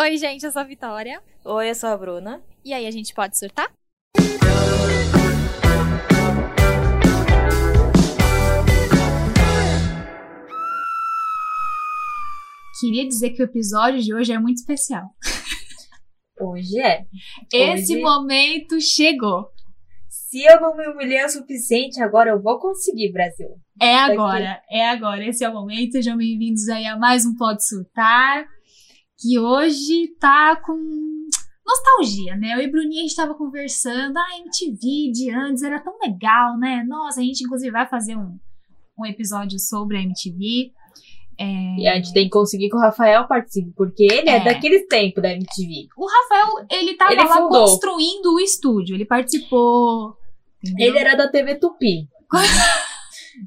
Oi, gente, eu sou a Vitória. Oi, eu sou a Bruna. E aí, a gente pode surtar? Queria dizer que o episódio de hoje é muito especial. Hoje é. Esse momento chegou. Se eu não me humilhar o suficiente, agora eu vou conseguir, Brasil. É agora, é agora. Esse é o momento. Sejam bem-vindos aí a mais um Pode Surtar. Que hoje tá com nostalgia, né? Eu e Bruninha, a gente tava conversando. Ah, MTV de antes era tão legal, né? Nossa, a gente inclusive vai fazer um, um episódio sobre a MTV. É, E a gente tem que conseguir que o Rafael participe, porque ele é, É. daqueles tempos da MTV. O Rafael, ele tava Ele lá fundou. construindo o estúdio. Ele participou. entendeu? Ele era da TV Tupi.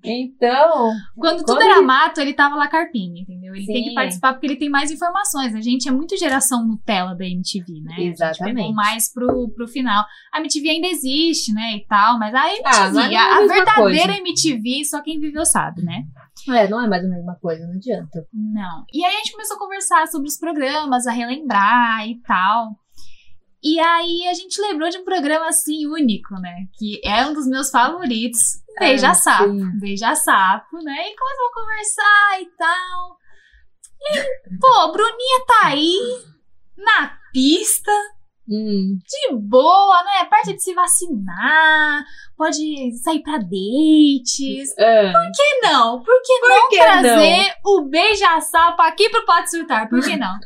então, Quando tudo Quando era ele- mato, ele tava lá carpinho, entendeu? Ele tem que Sim. participar porque ele tem mais informações. A gente é muito geração Nutella da MTV, né? A gente pegou Exatamente. mais pro, pro final. A MTV ainda existe, né, e tal, mas a Ah, mas MTV, não é a, a a mesma verdadeira coisa. MTV, só quem viveu sabe, né? é, não é mais a mesma coisa, não adianta. Não. E aí a gente começou a conversar sobre os programas, a relembrar e tal. E aí a gente lembrou de um programa assim único, né? Que é um dos meus favoritos, Beija Ah, Sapo. sim. Beija Sapo, né? E começou a conversar e tal. E, pô, Bruninha tá aí na pista, Hum, de boa, né? Parte de se vacinar, pode sair pra dates. ah, E não, por que não por que não? trazer o beija-sapo aqui pro Pode Surtar? Por que não?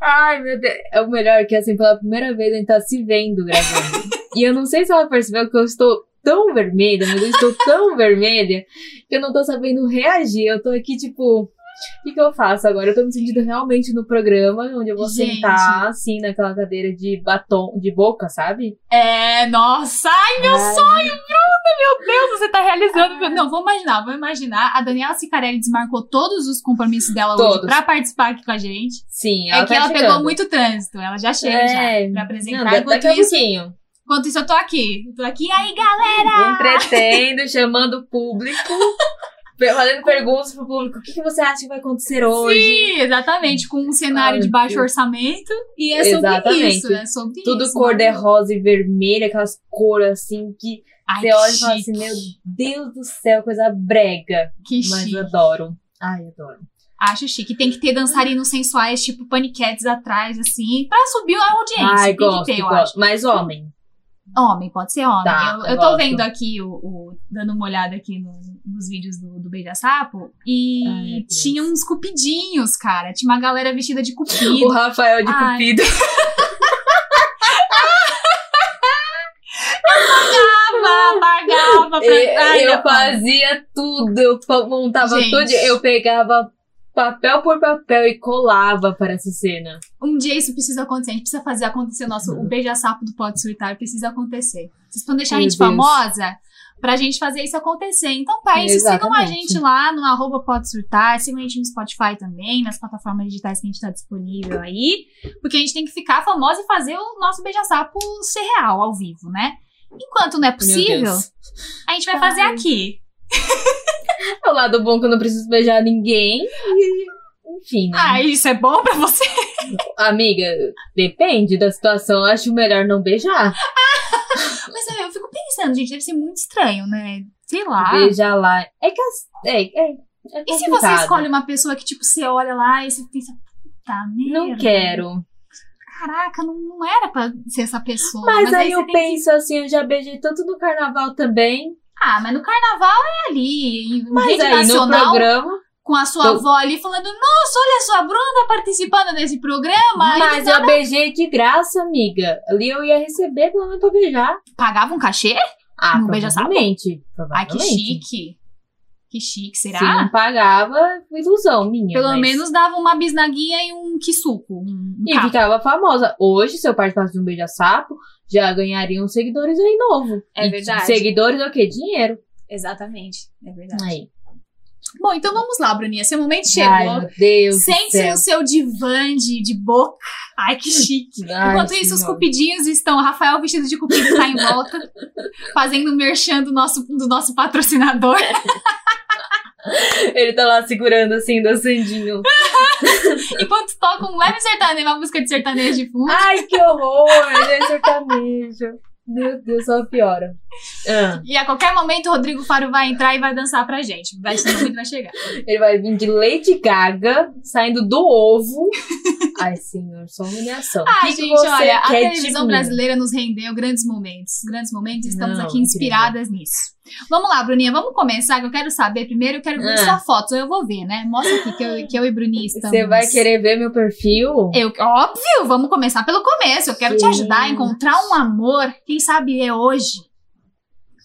Ai, meu Deus. É o melhor que, assim, pela primeira vez a gente tá se vendo gravando. e eu não sei se ela percebeu que eu estou tão vermelha, mas eu estou tão vermelha que eu não tô sabendo reagir. Eu tô aqui, tipo, o que, que eu faço agora? Eu tô me sentindo realmente no programa, onde eu vou Gente. sentar, assim, naquela cadeira de batom, de boca, sabe? É, nossa, ai meu Ai, Deus, você tá realizando. Ah. meu- Não, vou imaginar, vou imaginar. A Daniela Sicarelli desmarcou todos os compromissos dela hoje Todos. pra participar aqui com a gente. Sim, É ela que tá ela chegando. pegou muito então, trânsito, ela já chega É. já pra Não, apresentar. da- enquanto, daqui a isso, pouquinho. enquanto isso, eu tô aqui. Eu tô aqui, e aí, galera? Entretendo, chamando o público, pe- fazendo perguntas pro público. O que, que você acha que vai acontecer hoje? Sim, exatamente, com um cenário Ai, de baixo Deus. orçamento. E é sobre Exatamente. isso, é sobre Tudo isso. cor de maravilhoso. rosa e vermelha, aquelas cores assim que Ai, você que olha e fala chique, assim: Meu Deus do céu, coisa brega. Que Mas chique. eu adoro. Ai, adoro. Acho chique. Tem que ter dançarinos sensuais, tipo paniquetes atrás, assim, pra subir a audiência. Ai, Tem gosto, que ter, eu gosto. acho. Mas homem. Homem, pode ser homem. Tá, eu, eu tô gosto. vendo aqui, o, o- dando uma olhada aqui nos, nos vídeos do, do Beija Sapo, e Ai, meu Deus. tinha uns cupidinhos, cara. Tinha uma galera vestida de cupido. O Rafael de Ai. Cupido. pagava, pagava pra Ai, Eu não. fazia tudo, eu fa- montava Gente. tudo, eu pegava papel por papel e colava para essa cena. Um dia isso precisa acontecer. A gente precisa fazer acontecer o nosso Uhum. o beija-sapo do Pode Surtar. Precisa acontecer. Vocês podem deixar a Meu gente Deus. famosa pra gente fazer isso acontecer. Então, pra isso, sigam a Exatamente. gente lá no arroba Pode Surtar. Sigam a gente no Spotify também, nas plataformas digitais que a gente tá disponível aí. Porque a gente tem que ficar famosa e fazer o nosso beija-sapo ser real, ao vivo, né? Enquanto não é Meu possível, Deus. a gente vai fazer Ai. aqui. É o lado bom que eu não preciso beijar ninguém. e- Enfim, né? Ah, isso é bom pra você? Amiga, depende da situação. Eu acho melhor não beijar. Mas eu fico pensando, gente, deve ser muito estranho, né? Sei lá. Beijar lá. É que as. É, é, é E se você complicado. escolhe uma pessoa que, tipo, você olha lá e você pensa, puta merda. Não quero. Caraca, não, não era pra ser essa pessoa. Mas, aí, você eu tem- penso assim, eu já beijei tanto no carnaval também. Ah, mas no carnaval é ali, em Mas rede aí no nacional, programa. com a sua Eu- avó ali falando, nossa, olha só, a Bruna tá participando desse programa. Aí Mas eu beijei de graça, amiga. Ali eu ia receber pelo menos pra beijar. pagava um cachê? Ah, Não beija sapo? provavelmente. Um Ai, que provavelmente. chique. Que chique, Se será? não pagava, ilusão minha. Pelo mas- menos dava uma bisnaguinha e um quisuco. Um, um E caco. ficava famosa. Hoje, se eu participasse de um beija-sapo, já ganharia uns seguidores aí novo. É E verdade. Seguidores é o quê? Dinheiro. Exatamente, é verdade. Aí. Bom, então vamos lá, Bruninha. Seu momento chegou. Ai, meu Deus. do Sente-se céu. no seu divã de, de boca. Ai, que chique. Ai, Enquanto isso, os senhora. cupidinhos estão. Rafael vestido de cupido está em um volta, fazendo merchan do nosso, do nosso patrocinador. Ele tá lá segurando assim, dançandinho. Enquanto toca um leve sertanejo, uma música de sertanejo de fundo. Ai, que horror! Ele é sertanejo. Meu Deus, só piora. Ah, E a qualquer momento o Rodrigo Faro vai entrar e vai dançar pra gente. Vai, esse momento vai chegar. ele vai vir de Lady Gaga, saindo do ovo. Ai, senhor, só humilhação. O Ai, que que Ah, gente, você olha, a quer de televisão mim? brasileira nos rendeu grandes momentos. Grandes momentos, estamos Não, aqui inspiradas nisso. Vamos lá, Bruninha, vamos começar, que eu quero saber. Primeiro, eu quero ver Ah. sua foto. Eu vou ver, né? Mostra aqui que eu, que eu e Bruninha estamos. Você vai querer ver meu perfil? Eu, óbvio, vamos começar pelo começo. Eu quero te ajudar a Gente. encontrar um amor. Quem sabe é hoje.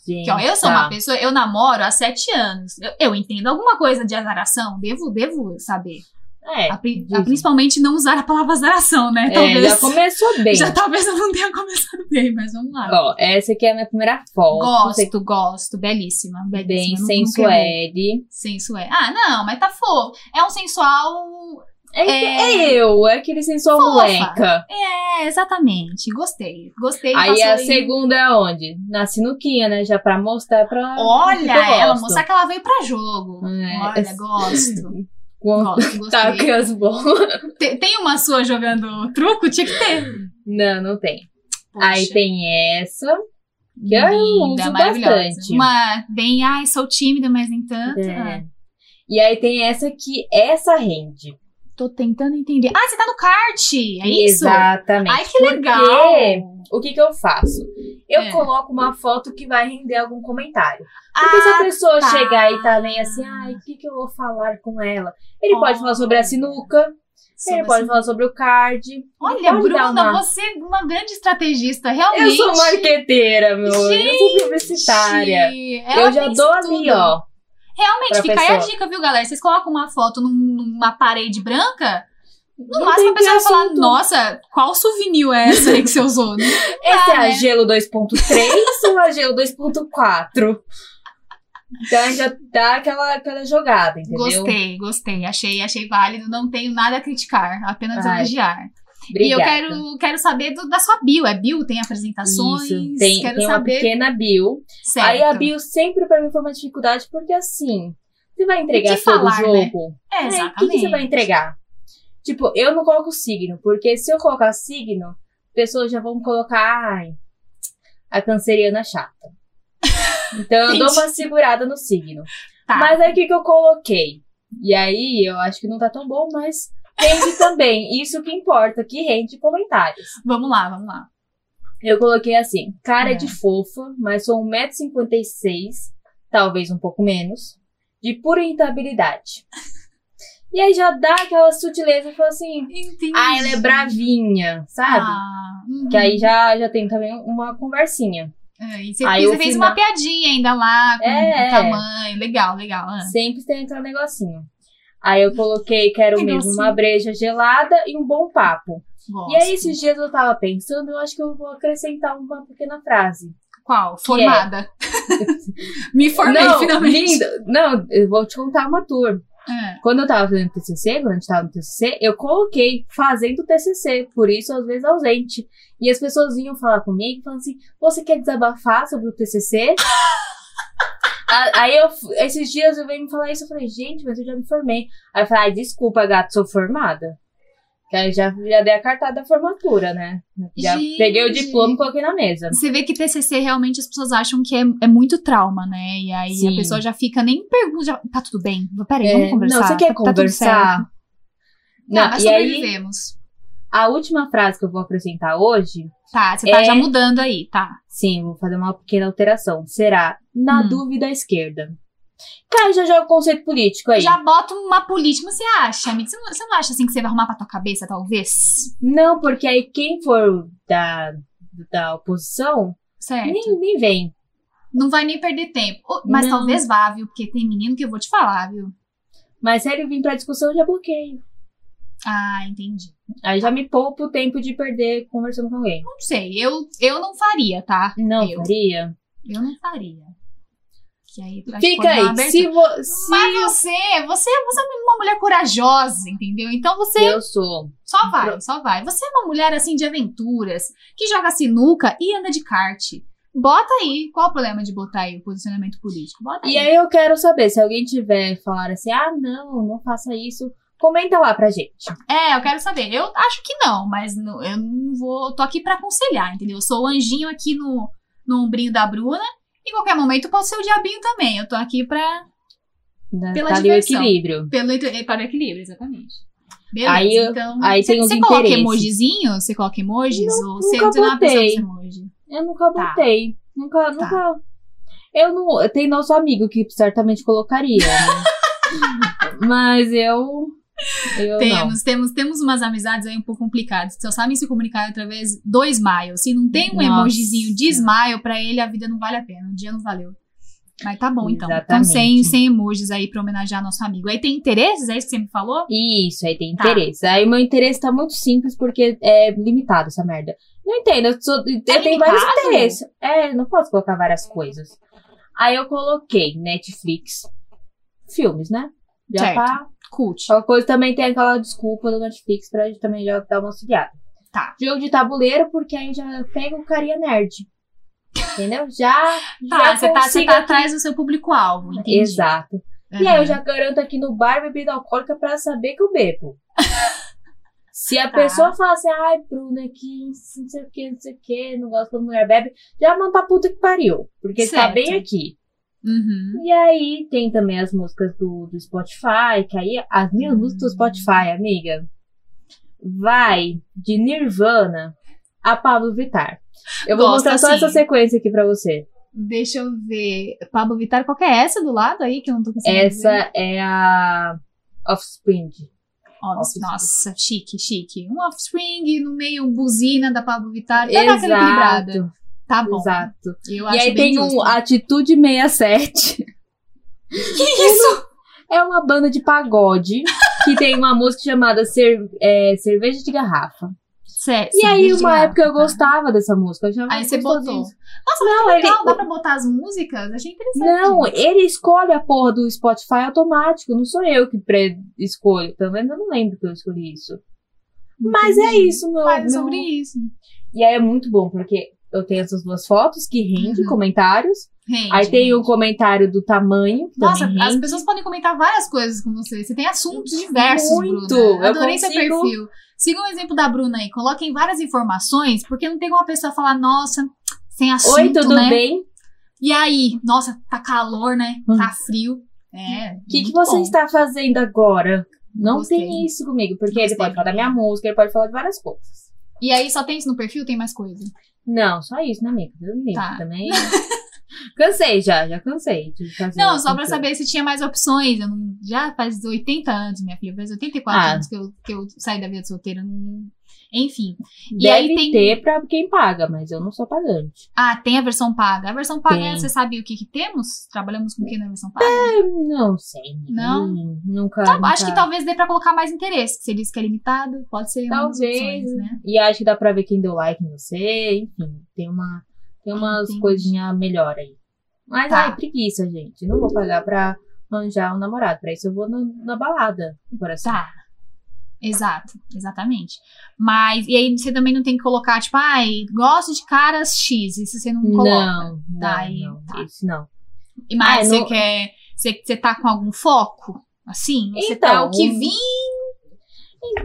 Que, ó, eu sou tá. uma pessoa, eu namoro há sete anos. Eu, eu entendo alguma coisa de azaração? Devo, devo saber. pessoa. É, A pri- a dizem. principalmente não usar a palavra azaração, né? É, Talvez. já começou bem. Já talvez eu não tenha começado bem, mas vamos lá. Ó, essa aqui é a minha primeira foto. Você Gosto, gosto. Belíssima, Bem belíssima. Não- nunca errei. sensuele. Sensué. Ah, não, mas tá fofo. É um sensual. É, é eu, é aquele sensual Fofa. moleca. É, exatamente. Gostei. Gostei. Aí passou a segunda é onde? Na sinuquinha, né? Já pra mostrar pra. Olha que eu ela, gosto. mostrar que ela veio pra jogo. É, Tá. Olha, essa- gosto. Com Gosto, gostei. tacas bolas. Tem, tem uma sua jogando truco? Tinha que ter. Não, não tem. Poxa, Aí tem essa. que eu uso bastante. Uma bem, ai, sou tímida, mas nem tanto. É. Ah, E aí tem essa que essa rende. tô tentando entender. Ah, você tá no kart! É isso? Exatamente. Ai, que Porque legal! O que que eu faço? Eu É. coloco uma foto que vai render algum comentário. Porque se a Ah, pessoa tá. chegar e tá meio assim, ai, o que, que eu vou falar com ela? Ele pode falar sobre a sinuca, sobre ele pode essa- falar sobre o card. Olha, pode dar Bruna, uma- você é uma grande estrategista, realmente. Eu sou marqueteira, meu. Eu sou publicitária. Ela eu já fez dou tudo. ali, ó. Realmente, pra fica aí a pessoa. dica, viu, galera? Vocês colocam uma foto num- numa parede branca, no Não máximo a tem pessoa vai falar, assunto. nossa, qual souvenir é essa aí que você usou? né? Esse é né? a Gelo 2.3 ou a Gelo 2.4? Então a gente já dá aquela, aquela jogada, entendeu? gostei, gostei. Achei, achei válido. Não tenho nada a criticar, apenas Ai, elogiar. Obrigada. E eu quero, quero saber do- da sua bio. É bio? Tem apresentações? Isso, tem, quero tem uma saber. pequena bio. Certo. Aí a bio sempre pra mim foi uma dificuldade, porque assim, você vai entregar que todo o falar, né? jogo? É, Ai, o exatamente. que, que você vai entregar? Tipo, eu não coloco signo, porque se eu colocar signo, pessoas já vão colocar ai, a canceriana chata. Então eu dou uma segurada no signo. Tá. Mas aí o que, que eu coloquei? E aí, eu acho que não tá tão bom, mas rende também. Isso que importa, que rende comentários. Vamos lá, vamos lá. Eu coloquei assim, cara É. de fofa, mas sou 1,56m, talvez um pouco menos, de pura irritabilidade. E aí já dá aquela sutileza, fala assim, Entendi. ah, ela é bravinha, sabe? Ah, uhum. Que aí já, já tem também uma conversinha. É, e você, aí você eu fez fui uma na- piadinha ainda lá com É, o tamanho. Legal, legal. Ah. Sempre tem aquele negocinho. Aí eu coloquei, quero mesmo Negocinho. uma breja gelada e um bom papo. Gosto. E é aí esses dias eu tava pensando, eu acho que eu vou acrescentar uma pequena frase. é? Qual? Formada. Me formei não, finalmente. linda- não, eu vou te contar uma tour. Ah, Quando eu tava fazendo TCC, quando a gente tava no TCC, eu coloquei fazendo TCC, por isso às vezes ausente. E as pessoas vinham falar comigo, falando assim: você quer desabafar sobre o TCC? A- Ah, Aí eu, f- esses dias eu veio me falar isso, eu falei, gente, mas eu já me formei. Aí eu falei, ai, desculpa, gato, sou formada. Que aí já, já dei a cartada da formatura, né? Já Gente. peguei o diploma e coloquei na mesa. Você vê que TCC realmente as pessoas acham que é, é muito trauma, né? E aí a Sim. pessoa já fica, nem pergunta, já, tá tudo bem? Peraí, É, vamos conversar. Não, você quer tá, tá tudo certo. conversar? Não, Tá, mas e aí, sobrevivemos. a última frase que eu vou apresentar hoje Tá, você tá É. já mudando aí, tá. Sim, vou fazer uma pequena alteração. Será na Hum. dúvida à esquerda. Cara, já joga o conceito político aí. Já bota uma política, mas você acha, amigo? Você não, você não acha assim que você vai arrumar pra tua cabeça, talvez? Não, porque aí quem for da, da oposição Certo. nem, nem vem. Não vai nem perder tempo. Ô, Mas Não. talvez vá, viu? Porque tem menino que eu vou te falar, viu? Mas se ele vir pra discussão, eu já bloqueio. Ah, entendi. Aí já me poupa o tempo de perder conversando com alguém. Não sei, eu, eu não faria, tá? Não, Eu. faria. Eu não faria. Que aí, acho que pode Fica dar uma aí. abertura. Se você. Mas você, você, você é uma mulher corajosa, entendeu? Então você Eu sou. só vai, só vai. Você é uma mulher assim de aventuras, que joga sinuca e anda de kart. Bota aí. Qual o problema de botar aí o posicionamento político? Bota E aí eu quero saber, se alguém tiver falar assim, ah, não, não faça isso, comenta lá pra gente. É, eu quero saber. Eu acho que não, mas não- eu não vou. Eu tô aqui pra aconselhar, entendeu? Eu sou o anjinho aqui no, no ombrinho da Bruna. Em qualquer momento pode ser o diabinho também. Eu tô aqui pra, Né? Pela tá ali o diversão. equilíbrio. pelo, entre- para o equilíbrio, exatamente. Beleza, Aí eu- então. aí você, tem os você coloca interesses. emojizinho? Você coloca emojis? ou você nunca você não é uma pessoa botei. dos emoji? Eu nunca Tá. botei. Nunca, nunca. Eu não. Tem nosso amigo que certamente colocaria, né? Mas eu. Eu não. Temos, temos, temos umas amizades aí um pouco complicadas. que Só sabem se comunicar através do smile. Se não tem um Nossa. emojizinho de smile, pra ele a vida não vale a pena. O dia não valeu. Mas tá bom, então. Então, Exatamente. sem, sem emojis aí pra homenagear nosso amigo. Aí tem interesses, é isso que você me falou? Isso, aí tem Tá. interesse. Aí meu interesse tá muito simples porque é limitado essa merda. Não entendo, eu, sou, eu tenho vários É limitado? interesses. É, não posso colocar várias coisas. Aí eu coloquei Netflix, filmes, né? Já Certo. pra- Cult. Qualquer coisa também tem aquela desculpa do Netflix pra gente também já dar uma auxiliada. Tá. Jogo de tabuleiro, porque aí já pega o carinha nerd. Entendeu? Já. Tá, você já tá, você consigo tá aqui- atrás do seu público-alvo, entendi. Exato. E aí eu já garanto aqui no bar bebida alcoólica pra saber que eu bebo. Se a Tá. pessoa falar assim, ai, Bruna, que não sei o que, não sei o que, não gosto quando mulher bebe, já manda pra puta que pariu. Porque tá Certo. bem aqui. Uhum. E aí tem também as músicas do, do Spotify, que aí as minhas Hum. músicas do Spotify, amiga, vai de Nirvana a Pablo Vittar. Eu vou Gosto, mostrar só assim. essa sequência aqui pra você. Deixa eu ver. Pablo Vittar, qual que é essa do lado aí que eu não tô conseguindo ver? Essa é a Offspring. Offspring. Offspring. Nossa, chique, chique. Um offspring no meio um buzina da Pablo Vittar. Dá aquela equilibrada. Exato, Tá bom. exato. Eu E acho aí bem tem justo. um Atitude 67. Que isso? É uma banda de pagode que tem uma música chamada Cer- é, Cerveja de Garrafa. Cê- E aí, cerveja uma de época garrafa, eu tá? gostava dessa música. Eu achava Aí você gostosinho. botou. Nossa, mas Não, que ele- legal. Dá pra botar as músicas? Achei interessante. Não, ele escolhe a porra do Spotify automático. Não sou eu que pré- escolho. Pelo menos eu não lembro que eu escolhi isso. Mas é isso, meu. Faz meu- Um sobre isso. E aí é muito bom, porque eu tenho essas duas fotos que rende Uhum. comentários. Rende, Aí tem o rende. comentário do tamanho. Que Nossa, também as rende. pessoas podem comentar várias coisas com você. Você tem assuntos diversos, Muito, Bruna. eu Adorei seu consigo- perfil. Siga o exemplo da Bruna aí. Coloquem várias informações, porque não tem como a pessoa falar, nossa, sem assunto, Oi, tudo né? bem? E aí? Nossa, tá calor, né? Hum. Tá frio. É. O que, que você está fazendo agora? Não Gostei. tem isso comigo, porque ele Gostei. pode falar da minha música, ele pode falar de várias coisas. E aí, só tem isso no perfil? Tem mais coisa? Não, só isso, né, amiga? Eu não ligo Tá. também. cansei já, já cansei. de fazer Não, só pra isso. saber se tinha mais opções. Eu não- já faz 80 anos, minha filha. Faz 84 Ah. anos que eu, que eu saí da vida de solteira. não- Enfim. E Deve aí tem- ter pra quem paga, mas eu não sou pagante. Ah, tem a versão paga. A versão paga, Tem. você sabe o que, que temos? Trabalhamos com o que na versão paga? Eu não sei. Não? Hum, Nunca. Tá, nunca- acho que talvez dê pra colocar mais interesse. que Você disse que é limitado, pode ser uma das Talvez. opções, né? E acho que dá pra ver quem deu like em você. Enfim, tem, uma, tem umas Ah, Entendi. coisinhas melhor aí. Mas Tá. ai, preguiça, gente. Não vou pagar pra arranjar um namorado. Pra isso eu vou no- na balada. Agora sim. Tá. Exato, exatamente. Mas, e aí você também não tem que colocar, tipo, ai, gosto de caras X, isso você não coloca. Não, não, Tá, aí, não. tá. Isso não. E mais, Ah, você não- quer. Você, você tá com algum foco? Assim? Você Então, tá o que um- vim?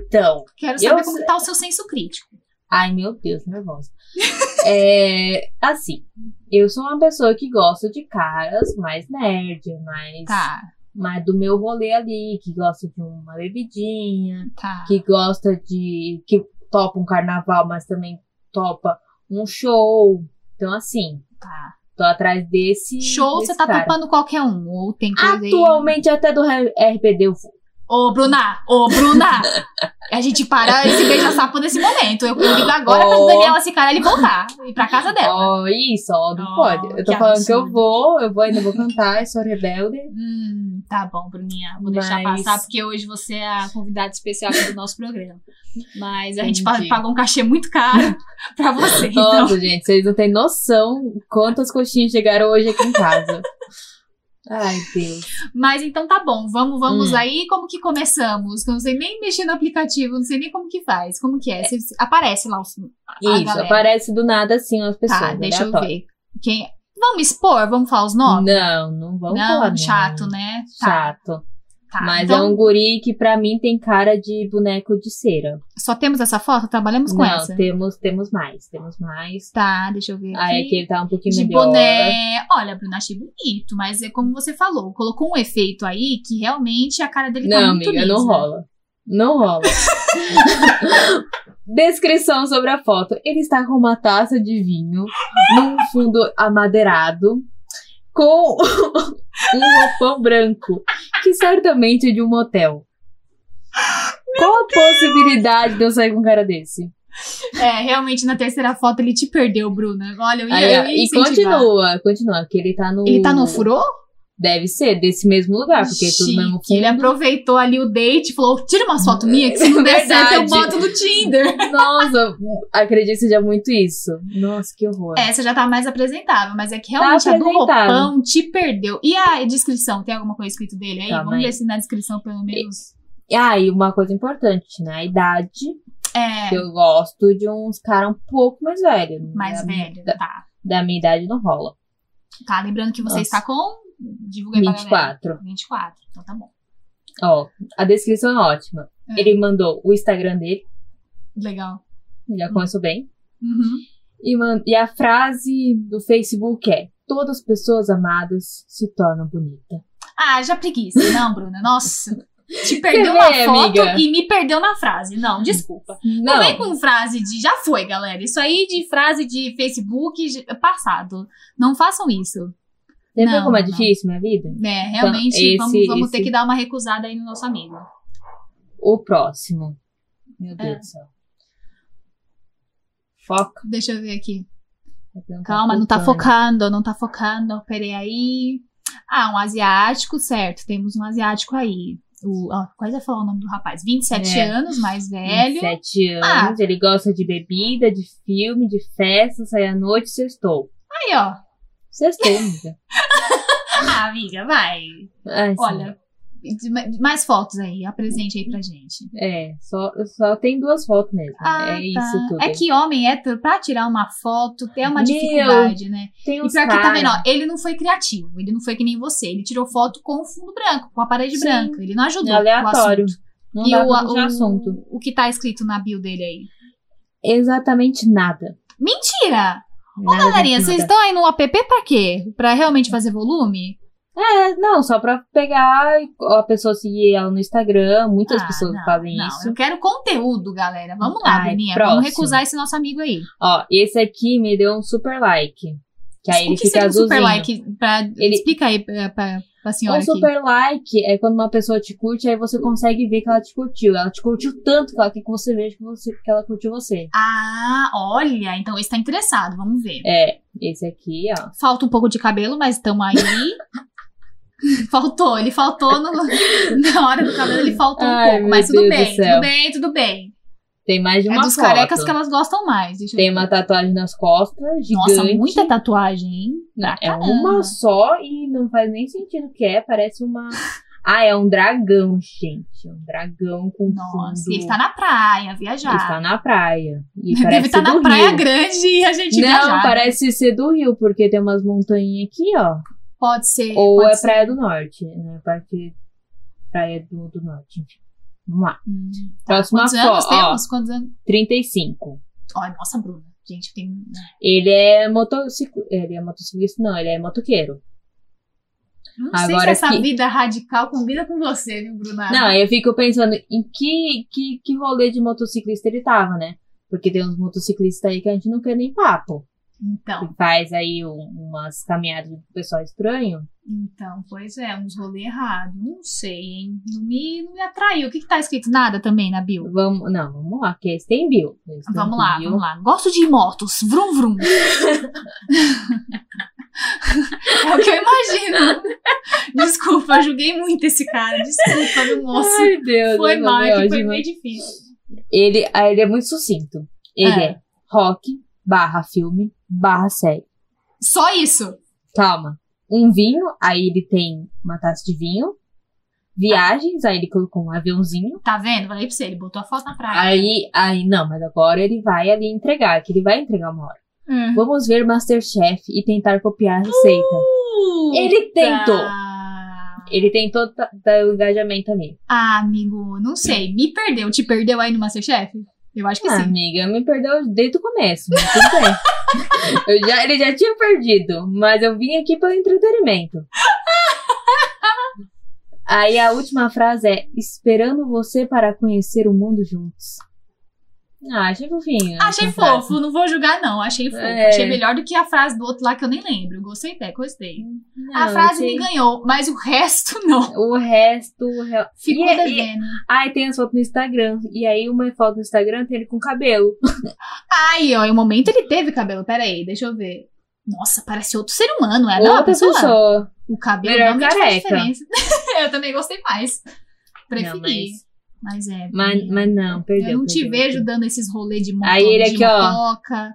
Então. Quero saber eu como sei. tá o seu senso crítico. Ai, meu Deus, nervosa. é, assim, eu sou uma pessoa que gosta de caras mais nerd, mais. Tá, mas do meu rolê ali, que gosta de uma bebidinha, tá. que gosta de. que topa um carnaval, mas também topa um show. Então, assim, tá. tô atrás desse. Show, desse você tá cara. topando qualquer um. Ou tem coisa aí. Atualmente, até do R- RBD eu vou. Ô, Bruna! Ô, Bruna! A gente para esse beija-sapo nesse momento. Eu eu ligo agora pra Ó. Daniela Cicarelli voltar. Ir pra casa dela. Ó, isso, ó, não É. Ó, pode. Eu tô que falando que eu absurdo. vou, eu vou ainda vou cantar, eu sou rebelde. Hum, tá bom, Bruninha. Vou deixar Mas- passar, porque hoje você é a convidada especial aqui do nosso programa. Mas a gente Entendi. pa- pagou um cachê muito caro pra você. Então, Nossa, gente, vocês não têm noção quantas coxinhas chegaram hoje aqui em casa. Ai, Deus. Mas então tá bom, vamos, vamos Hum. aí. Como que começamos? Eu não sei nem mexer no aplicativo, não sei nem como que faz. Como que é? Você- aparece lá o. a Isso, galera. aparece do nada assim as pessoas. Tá, deixa eu aleatório. ver. Quem... Vamos expor? Vamos falar os nomes? Não, não Hum, vamos falar. Não, nome. chato, né? Tá, Chato. tá. Mas Então, é um guri que pra mim tem cara de boneco de cera. Só temos essa foto? Trabalhamos com não, essa? temos temos mais, temos mais. Tá, deixa eu ver aqui. Aí aqui ele tá um pouquinho de melhor. boné. Olha, Bruna, achei bonito, mas é como você falou, colocou um efeito aí que realmente a cara dele tá Não, muito amiga, lisa. não rola. Não rola. Descrição sobre a foto. Ele está com uma taça de vinho num fundo amadeirado com um roupão branco, que certamente é de um motel. Qual a possibilidade de eu sair com um cara desse? É, realmente na terceira foto ele te perdeu, Bruna. Olha, eu ia, Aí, ó, eu ia e é incentivar. continua, continua, que ele tá no. Ele tá no furô? Deve ser, desse mesmo lugar, porque é tudo Chique. no mesmo fundo. Ele aproveitou ali o date e falou: tira uma foto minha, que se não der certo, eu Verdade. boto no Tinder. Nossa, acredito que seja muito isso. Nossa, que horror. Essa já tá mais apresentável, mas é que realmente a do Tá apresentável. roupão te perdeu. E a descrição, tem alguma coisa escrito dele aí? Tá, Vamos mãe. ver se na descrição, pelo menos. Ah, e uma coisa importante, né? A idade. É, que Eu gosto de uns caras um pouco mais velhos. mais da, velho, Da, tá. da minha idade não rola. Tá, lembrando que você Nossa. está com. Divulga aí pra galera. 24. 24, então tá bom. Ó, a descrição é ótima. É. Ele mandou o Instagram dele, Legal. já Hum. começou bem. Uhum. E, man- e a frase do Facebook é: Todas as pessoas amadas se tornam bonitas. Ah, já preguiça. Não, Bruna, nossa. Te perdeu na vê, foto amiga? e me perdeu na frase. Não, desculpa. Não. vem com frase de já foi, galera. Isso aí de frase de Facebook j- passado. Não façam isso. Você viu não, como é não, não. difícil minha vida? É, realmente Então, esse- vamos, vamos ter esse- que dar uma recusada aí no nosso amigo. O próximo. Meu Deus É. do céu. Foca. Deixa eu ver aqui. Não Calma, não tá focando. focando, não tá focando. Peraí aí. Ah, um asiático, certo. Temos um asiático aí. O, ó, quase ia falar o nome do rapaz. 27 É. anos, mais velho. 27 Ah. anos, ele gosta de bebida, de filme, de festa, sair à noite, sextou. Aí, ó. Sextou, amiga. Ah, amiga, vai. Ai, Olha, de- ma- mais fotos aí, apresente aí pra gente. sim. É, só, só tem duas fotos mesmo. é Ah, tá. isso tudo. É que homem hétero, pra tirar uma foto, tem uma Meu, dificuldade, né? tem E pior que, tá vendo, ó, ele não foi criativo, ele não foi que nem você. Ele tirou foto com o fundo branco, com a parede Sim. branca. Ele não ajudou. É com o aleatório. assunto. Não E dá o, pra puxar assunto. o, o que tá escrito na bio dele aí? Exatamente nada. Mentira! Ô, Galerinha, vocês estão aí no app pra quê? Pra realmente fazer volume? tá- É, não, só pra pegar a pessoa seguir ela no Instagram. Muitas Ah, pessoas não, fazem não, isso. Eu quero conteúdo, galera. Vamos lá, Ai, Bruninha. próximo. Vamos recusar esse nosso amigo aí. Ó, esse aqui me deu um super like. Que aí o ele que fica seria um azulzinho. super like? Pra, Ele- Explica aí pra, pra, pra senhora Um aqui. super like é quando uma pessoa te curte, aí você consegue ver que ela te curtiu. Ela te curtiu tanto que ela quer que você veja que, você- que ela curtiu você. Ah, olha, então esse tá interessado, vamos ver. É, esse aqui, ó. Falta um pouco de cabelo, mas estamos aí. faltou, ele faltou no- na hora do cabelo, ele faltou Ai, um pouco, meu mas tudo Deus do bem, céu. tudo bem, tudo bem. Tem mais de É uma dos foto. carecas que elas gostam mais. Deixa eu Tem ver. uma tatuagem nas costas, gigante. Nossa, muita tatuagem, hein? Não, É caramba. uma só e não faz nem sentido o que é. Parece uma... Ah, é um dragão, gente. Um dragão com Nossa, fundo. e ele tá na praia, Ele está viajar. na praia. E Deve parece estar ser na do praia Rio. grande tá e a gente Não, viajar. parece ser do Rio, porque tem umas montanhas aqui, ó. Pode ser. Ou pode é ser. Praia do Norte, né? Parte Praia do, do Norte. enfim. Vamos lá. Hum. Próxima Quantos anos foto, ó, temos? Quantos anos? 35. Olha, nossa, Bruna. Gente, tem. Ele é motociclista, ele é motociclista, não, ele é motoqueiro. Não Agora sei se essa que- vida radical combina com você, viu, Bruna? Não, é eu fico pensando em que, que, que rolê de motociclista ele tava, né? Porque tem uns motociclistas aí que a gente não quer nem papo. Então, Que faz aí um- umas caminhadas do pessoal estranho. então, pois é, uns rolê errado. Não sei, hein? Não me, não me atraiu. O que, que tá escrito? Nada também na bio. Vamos, não, vamos lá, que é esse tem Bill. Vamos lá, vamos lá. Gosto de motos. Vrum, vrum. é o que eu imagino. Desculpa, julguei muito esse cara. Desculpa, meu moço. Ai, Deus. Foi eu mal, é falei, ó, que foi Gilmar. meio difícil. Ele, ah, ele é muito sucinto. Ele É. é, rock, barra filme, barra série. Só isso. Calma. Um vinho, aí ele tem uma taça de vinho. Viagens, aí ele colocou um aviãozinho. Tá vendo? Falei pra você, ele botou a foto na praia. Aí, aí, não, mas agora ele vai ali entregar, que ele vai entregar uma hora. Hum. Vamos ver Masterchef e tentar copiar a Uh! receita. Ele tentou. Ele tentou ta- dar o engajamento ali. Ah, amigo, não sei. Me perdeu. Te perdeu aí no Masterchef? Eu acho que Ah, sim. amiga, me perdeu desde o começo. mas Tudo bem. Eu já, ele já tinha perdido, mas eu vim aqui pelo entretenimento. Aí a última frase é: Esperando você para conhecer o mundo juntos. Ah, achei fofinho. Achei essa frase. fofo, não vou julgar, não. Achei fofo. É. Achei melhor do que a frase do outro lá que eu nem lembro. Gostei até, gostei. Não, a frase achei- me ganhou, mas o resto não. O resto. o re- Ficou E- e- devendo. Ah, e tem as fotos no Instagram. E aí, uma foto no Instagram tem ele com cabelo. Aí, ó, em um momento ele teve cabelo. Pera aí, deixa eu ver. Nossa, parece outro ser humano, é? não, a Outra pessoa. pessoa. O cabelo Melhor realmente faz careca. diferença. eu também gostei mais. Preferi. Não, mas... mas- é. Mas, menina, mas não, perdeu. eu não te perdeu. vejo dando esses rolês de moto, Aí ele de aqui, ó. motoca.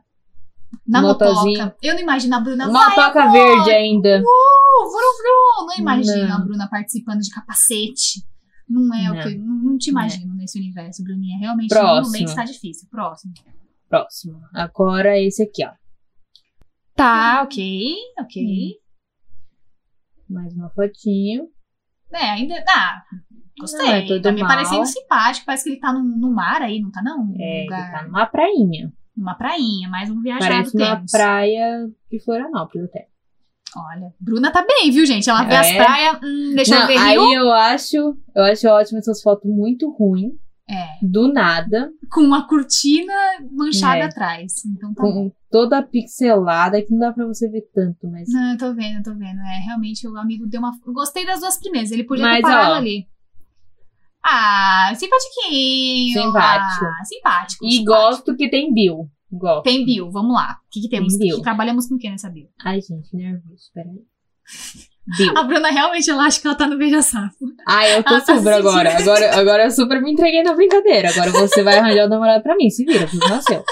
Na Motozinho. motoca. Eu não imagino a Bruna. Uma vai, toca amor! verde ainda. Vru, vru, vru. Não imagino Não. a Bruna participando de capacete. Não é o Não. que. Não, não te imagino nesse universo, Bruninha. Realmente, no Próximo. momento está difícil. Próximo. Próximo. Agora esse aqui, ó. Tá, ok, ok. Mais uma fotinho. É, ainda. Ah, gostei. Não é tudo tá me mal. parecendo simpático. Parece que ele tá num, no mar aí, não tá? Não? Um É, que lugar, tá numa prainha. Uma prainha, mais um viajado Parece uma temos. praia de Florianópolis até. Olha, Bruna tá bem, viu, gente? Ela vê É. as praias. Hum, deixa não, eu ver aí Rio. eu acho, eu acho ótimo essas fotos muito ruins. É, Do nada. com uma cortina manchada É. atrás. Então tá bom. Com toda pixelada, que não dá pra você ver tanto, mas. Não, eu tô vendo, eu tô vendo. É, realmente o amigo deu uma. eu Gostei das duas primeiras. Ele podia ter Mas, parado ó. ali. Ah, simpatiquinho. Simpático. Ah, simpático. E simpático. gosto que tem Bill. Gosto. Tem bio, vamos lá. O que, que temos? Tem bio. Que trabalhamos com o que nessa bio? Ai, gente, nervoso, peraí. Bill. A Bruna realmente ela acha que ela tá no Beija Safo. Ai, eu tô Ela tá super se agora. sentindo- agora. Agora eu super me entreguei na brincadeira. Agora você vai arranjar o namorado pra mim, se vira, porque não é seu.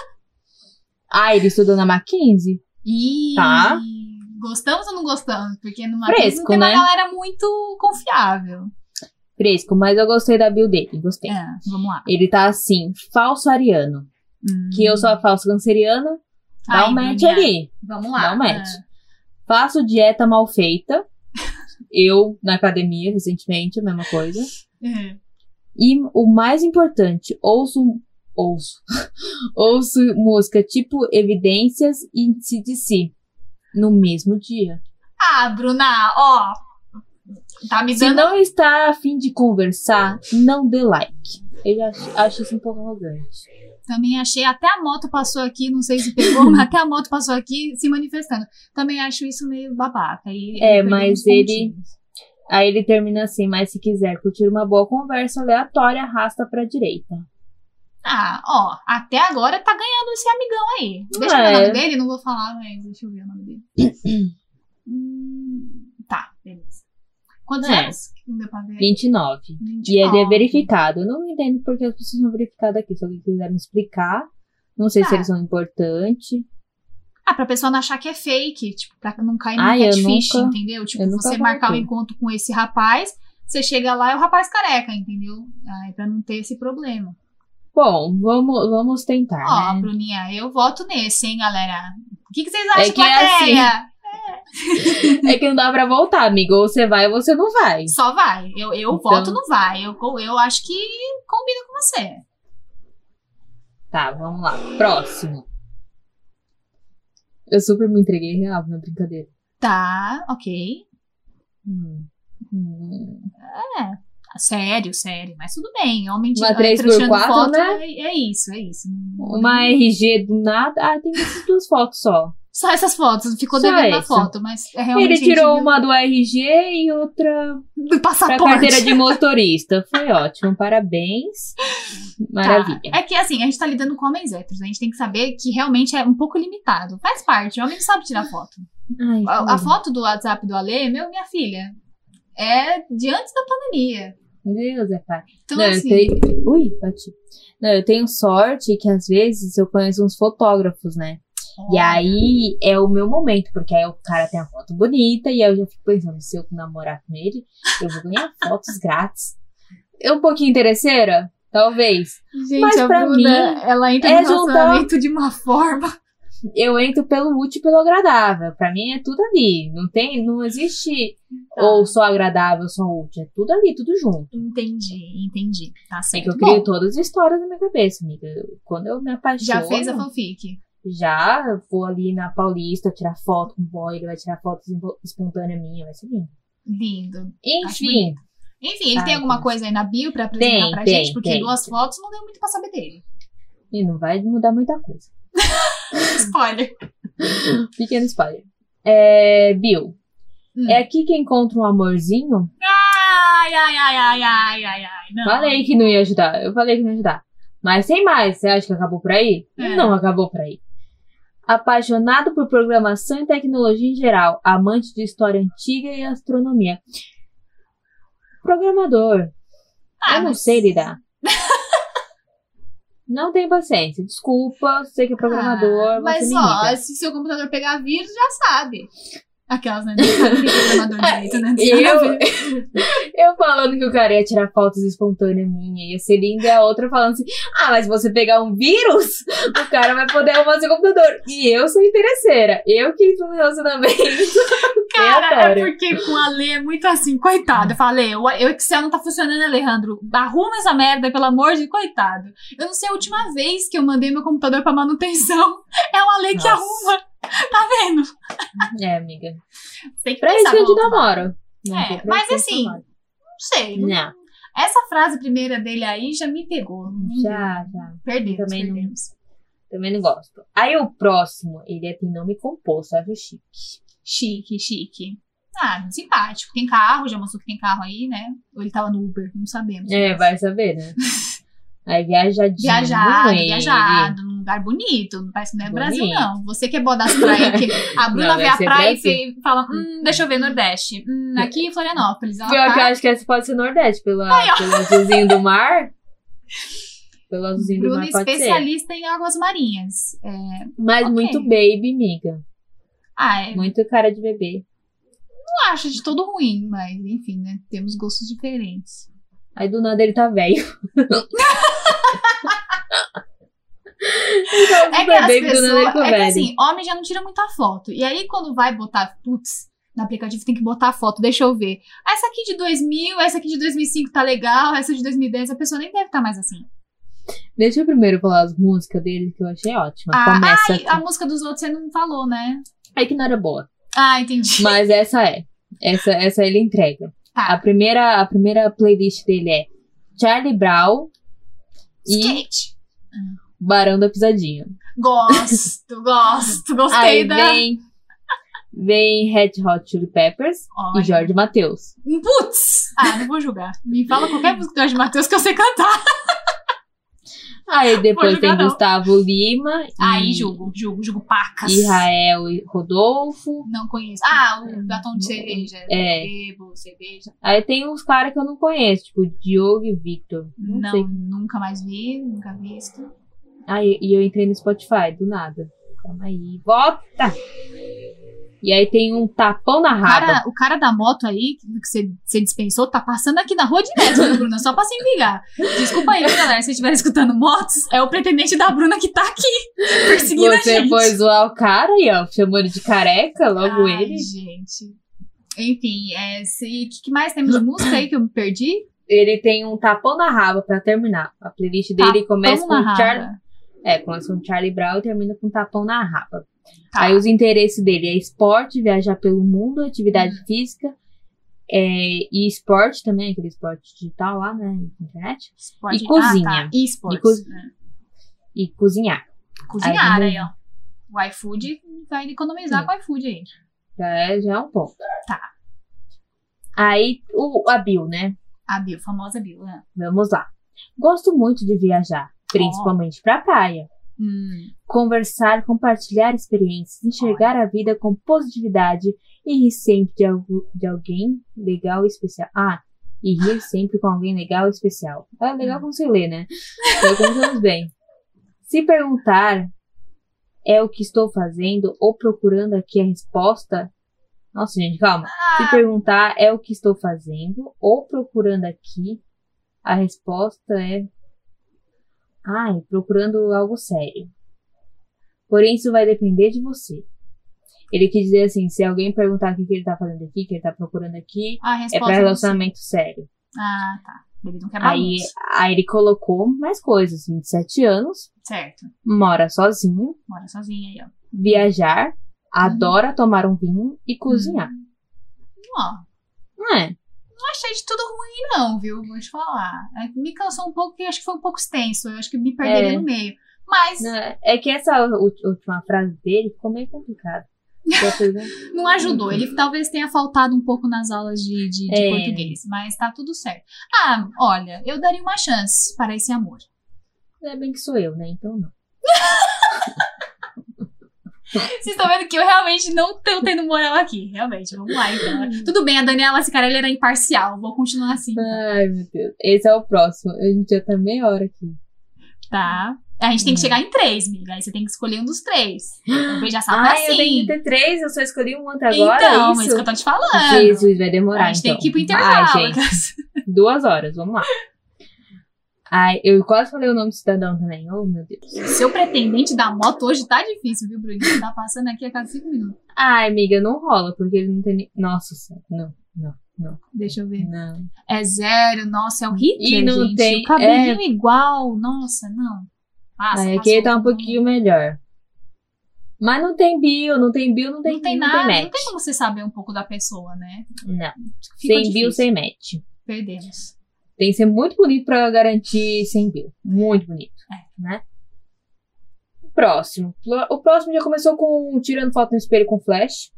Ai, ele estudou na Mackenzie? E Tá. gostamos ou não gostamos? Porque numa Fresco, não tem uma né? galera muito confiável. Fresco, mas eu gostei da build dele, gostei. É, vamos lá. Ele tá assim, falso ariano. Hum. Que eu sou a falso canceriana, dá Ai, um match Bruninha, ali. Vamos lá. Dá um match. Ah, Faço dieta mal feita. Eu, na academia, recentemente, a mesma coisa. é. E o mais importante, ouço. Ouço. ouço música tipo Evidências e CDC. No mesmo dia. Ah, Bruna, ó. Tá me Se dando. não está a fim de conversar, não dê like. Eu já acho, acho isso um pouco arrogante. Também achei. Até a moto passou aqui, não sei se pegou, mas até a moto passou aqui se manifestando. Também acho isso meio babaca. E É, perdeu mas uns ele- pontinhos. Aí ele termina assim, mas se quiser curtir uma boa conversa aleatória, arrasta pra direita. Ah, ó, até agora tá ganhando esse amigão aí. Deixa eu ver o É. nome dele, não vou falar, mas deixa eu ver o nome dele. Hum, tá, beleza. Quantos É. anos? Não deu pra ver. 29. E 29. ele é verificado. Eu não entendo porque as pessoas são verificadas aqui. Se alguém quiser me explicar, não sei Ah. se eles são importantes. Ah, pra pessoa não achar que é fake, tipo, pra não cair Ai, no eu catfish, nunca- entendeu? Tipo, eu nunca você marcar um coloquei. encontro com esse rapaz, você chega lá e é o rapaz careca, entendeu? Ai, pra não ter esse problema. Bom, vamos, vamos tentar, Ó, né? Bruninha, eu voto nesse, hein, galera? O que, que vocês acham, que é assim. plateia? É que não dá pra voltar, amigo. Ou você vai ou você não vai. Só vai. Eu, eu Então- voto no vai. Eu, eu acho que combina com você. Tá, vamos lá. Próximo. Eu super me entreguei real na brincadeira. Tá, ok. Hum. Hum. Ah, Sério, sério. Mas tudo bem. Homem de Uma ah, 3x4, tirando foto, né? é, é isso, é isso. Uma RG do nada. Ah, tem essas duas fotos só. Só essas fotos. Ficou Só devendo a essa. foto, mas é realmente... Ele a gente viu tirou Tá uma do RG e outra Do pra passaporte. carteira de motorista. Foi ótimo, parabéns. Tá. Maravilha. É que assim, a gente tá lidando com homens héteros. A gente tem que saber que realmente é um pouco limitado. Faz parte. O homem não sabe tirar foto. Ai, A, a sim. foto do WhatsApp do Ale, meu, minha filha, é de antes da pandemia. Deus é pai. Então, Não, eu assim... tenho... Ui, bati. Não, eu tenho sorte que às vezes eu conheço uns fotógrafos, né? E aí é o meu momento, porque aí o cara tem a foto bonita e aí eu já fico pensando, se eu namorar com ele, eu vou ganhar fotos grátis. É um pouquinho interesseira? Talvez. Gente, Mas a pra Bruna, mim, ela entra é no juntar- relacionamento de uma forma. eu entro pelo útil e pelo agradável. Pra mim é tudo ali. Não tem, não existe Tá. ou só agradável, só útil. É tudo ali, tudo junto. Entendi, entendi. Tá É que certo. eu crio Bom, todas as histórias na minha cabeça, amiga. Quando eu me apaixono, já fez a fanfic. já eu vou ali na Paulista tirar foto com o boy, ele vai tirar foto espo- espontânea minha, vai ser lindo. Lindo. Enfim, Enfim, ele Tá, tem alguma então. coisa aí na bio pra apresentar Tem, pra tem, gente? Porque tem. duas fotos não deu muito pra saber dele. e não vai mudar muita coisa. Spoiler. Pequeno spoiler. É, Bill, Hum. é aqui que encontra um amorzinho? Ai, ai, ai, ai, ai, ai, ai. Não. Falei que não ia ajudar, eu falei que não ia ajudar. Mas sem mais, você acha que acabou por aí? É. Não acabou por aí. Apaixonado por programação e tecnologia em geral, amante de história antiga e astronomia. Programador, Ah, eu não mas- sei lidar. não tenho paciência, desculpa, sei que é programador, Ah, mas mas você me irrita. ó, se seu computador pegar vírus, já sabe. Aquelas, né? Não sabe que é programador direito, né? Eu, eu falando que o cara ia tirar fotos espontâneas minha, ia ser linda, e a outra falando assim: ah, mas se você pegar um vírus, o cara vai poder arrumar seu computador. E eu sou interesseira, eu que entro no relacionamento. Cara, é aleatório. porque com a Lê é muito assim, coitada. Eu falei, o o Excel não tá funcionando, Alejandro. Arruma essa merda, pelo amor de coitado. Eu não sei a última vez que eu mandei meu computador pra manutenção. É o Ale que Nossa. arruma. Tá vendo? É, amiga. Tem que Pra isso pensar que eu no te outro lado. namoro. Não É, tem pra mas isso que eu te assim, namoro. Não sei. não- Não, Essa frase primeira dele aí já me pegou. Não já, deu. já. Perdemos, Também não- perdemos. Também não gosto. Aí o próximo, ele é, tem nome composto, acho chique. Chique, chique. Ah, simpático. Tem carro, já mostrou que tem carro aí, né? Ou ele tava no Uber, não sabemos. É, vai saber, né? Aí viajadinho. Viajado, ele. viajado, num lugar bonito. Não parece que não é Brasil, Bonito. não. Você que é boa das praias. porque a Bruna Não, vê deve a ser praia e Brasil. fe- fala: hum, deixa eu ver Nordeste. Hum, aqui em Florianópolis. Ela Pior que eu tá. acho que essa pode ser Nordeste, pela, pelo azulzinho do mar. Pelo azulzinho do Bruna mar é pode ser. especialista em águas marinhas. É, Mas Ok. muito baby, miga. ah, é, Muito cara de bebê. não acho de todo ruim, mas enfim, né? Temos gostos diferentes. Aí do nada ele tá velho. Ele tá É que super as baby, do nada ele pessoas. ficou É que velho. assim, homem já não tira muita foto. E aí, quando vai botar. Putz, no aplicativo tem que botar a foto, deixa eu ver. Essa aqui de 2000, essa aqui de 2005 tá legal, essa de 2010, a pessoa nem deve estar mais assim. Deixa eu primeiro falar as músicas dele que eu achei ótima. Ah, Começa ai, aqui. a música dos outros você não falou, né? É que não era boa. Ah, entendi. Mas essa é. Essa, essa ele entrega. A Tá. primeira, a primeira playlist dele é Charlie Brown e Skate. Barão da Pisadinha. Gosto, gosto, gostei Aí da. vem, vem Red Hot Chili Peppers Olha. e Jorge Matheus. Putz! Ah, não vou julgar. Me fala qualquer música do Jorge Matheus que eu sei cantar. Aí depois julgar, tem não. Gustavo Lima e Aí, julgo, julgo, julgo pacas. Israel Hum. e Rodolfo. Não conheço. Ah, o batom de cerveja. É. Bebo, cerveja. Aí tem uns caras que eu não conheço, tipo Diogo e Victor. Não, Não, sei. nunca mais vi, nunca visto. Aí e eu entrei no Spotify, do nada. Calma aí, volta! E aí tem um tapão na O raba. cara, o cara da moto aí, que você, você dispensou, tá passando aqui na rua direto, viu, Bruna, só pra se ligar. Desculpa aí, viu, galera, se estiver escutando motos, é o pretendente da Bruna que tá aqui, perseguindo a Você gente. foi zoar o cara e ó, chamou ele de careca, logo Ai, ele. gente. Enfim, é, se- o que, que mais temos de música aí que eu me perdi? Ele tem um tapão na raba pra terminar. A playlist dele começa Vamos Tá, na com Charlie. raba. É, começa com Charlie Brown e termina com um tapão na raba. Tá. Aí os interesses dele é esporte, viajar pelo mundo, atividade Uhum. física é, e esporte também, aquele esporte digital lá, né, na internet. Esporte. e cozinha. Ah, tá. E esportes. E coz- né? E cozinhar. Cozinhar Aí aí, ó. O iFood vai economizar Sim. com o iFood aí. Já é, já é um ponto. Tá. Aí o, a Bill, né? A Bill, famosa Bill, né? Vamos lá. Gosto muito de viajar, principalmente pra praia. Hum. Conversar, compartilhar experiências, enxergar a vida com positividade e rir sempre de, algu- de alguém legal e especial. Ah, e rir sempre com alguém legal e especial. É legal como você lê, né? Então, começamos bem. Se perguntar é o que estou fazendo ou procurando aqui a resposta. Nossa, gente, calma. Ah, Se perguntar é o que estou fazendo ou procurando aqui, a resposta é. Ai, procurando algo sério. Porém, isso vai depender de você. Ele quis dizer assim, se alguém perguntar o que que ele tá fazendo aqui, o que ele tá procurando aqui, A é resposta pra você. relacionamento sério. Ah, tá. Ele não quer Aí, bagunça. aí ele colocou mais coisas, 27 anos, Certo. mora sozinho, Mora sozinha aí, ó. Uhum. viajar, adora tomar um vinho e cozinhar. Ó, É, não achei de tudo ruim, não, viu? Vou te falar. É que Me cansou um pouco, que acho que foi um pouco extenso. Eu acho que me perderia É. no meio. Mas não, né, é que essa ú- última frase dele ficou meio complicada. Porque a pergunta- ajudou. Ele talvez tenha faltado um pouco nas aulas de, de- de É. português, mas tá tudo certo. Ah, olha, eu daria uma chance para esse amor. Ainda bem que sou eu, né? Então não. Vocês estão vendo que eu realmente não tô tendo moral aqui. Realmente, vamos lá, então. Tudo bem, a Daniela, esse cara, ele era imparcial. Vou continuar assim. Ai, meu Deus. Esse é o próximo. A gente já tá meia hora aqui. Tá. A gente tem que Hum. chegar em três, amiga. Aí você tem que escolher um dos três. O beijação Ah, é eu tenho assim. que ter três, eu só escolhi um até agora. então, é mas isso? isso que eu tô te falando. Jesus, vai demorar. a gente então. tem que ir pro Ai, intervalo. né? gente, duas horas, vamos lá. Ai, eu quase falei o nome do cidadão também. Oh, meu Deus. Seu pretendente da moto hoje tá difícil, viu, Bruno? Tá passando aqui a cada cinco minutos. Ai, amiga, não rola, porque ele não tem nem. Nossa, senhora, não, Deixa eu ver. não. É zero, nossa, é o Hitler, E não gente. tem- é. o cabelinho igual, nossa, não. Passa, Ai, passa aqui ele tá um outro. pouquinho melhor. Mas não tem bio, não tem bio, não tem Não tem não nada, match. não tem como você saber um pouco da pessoa, né? Não. Fica sem difícil. bio, sem match. Perdemos. Tem que ser muito bonito pra garantir sem bio. Muito bonito. É, Né? Próximo. O próximo já começou com tirando foto no espelho com flash.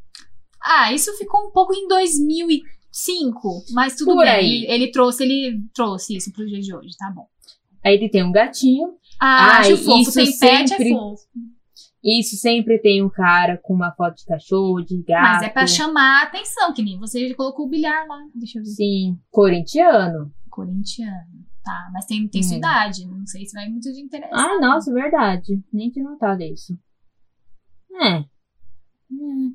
Ah, isso ficou um pouco em 2005, mas tudo Por bem. aí. Ele, ele trouxe, ele trouxe isso pro dia de hoje, tá bom. Aí ele tem um gatinho. Ah, Ai, acho fofo, isso tem pet, é sempre- fofo. Isso sempre tem um cara com uma foto de cachorro, de gato. Mas é pra chamar a atenção, que nem você colocou o bilhar lá. Deixa eu ver. Sim, corintiano. Corintiano. Tá, mas tem, tem sua Hum. idade. Não sei se vai muito de interesse. Ah, nossa, verdade. Nem tinha notado isso. É. Hum,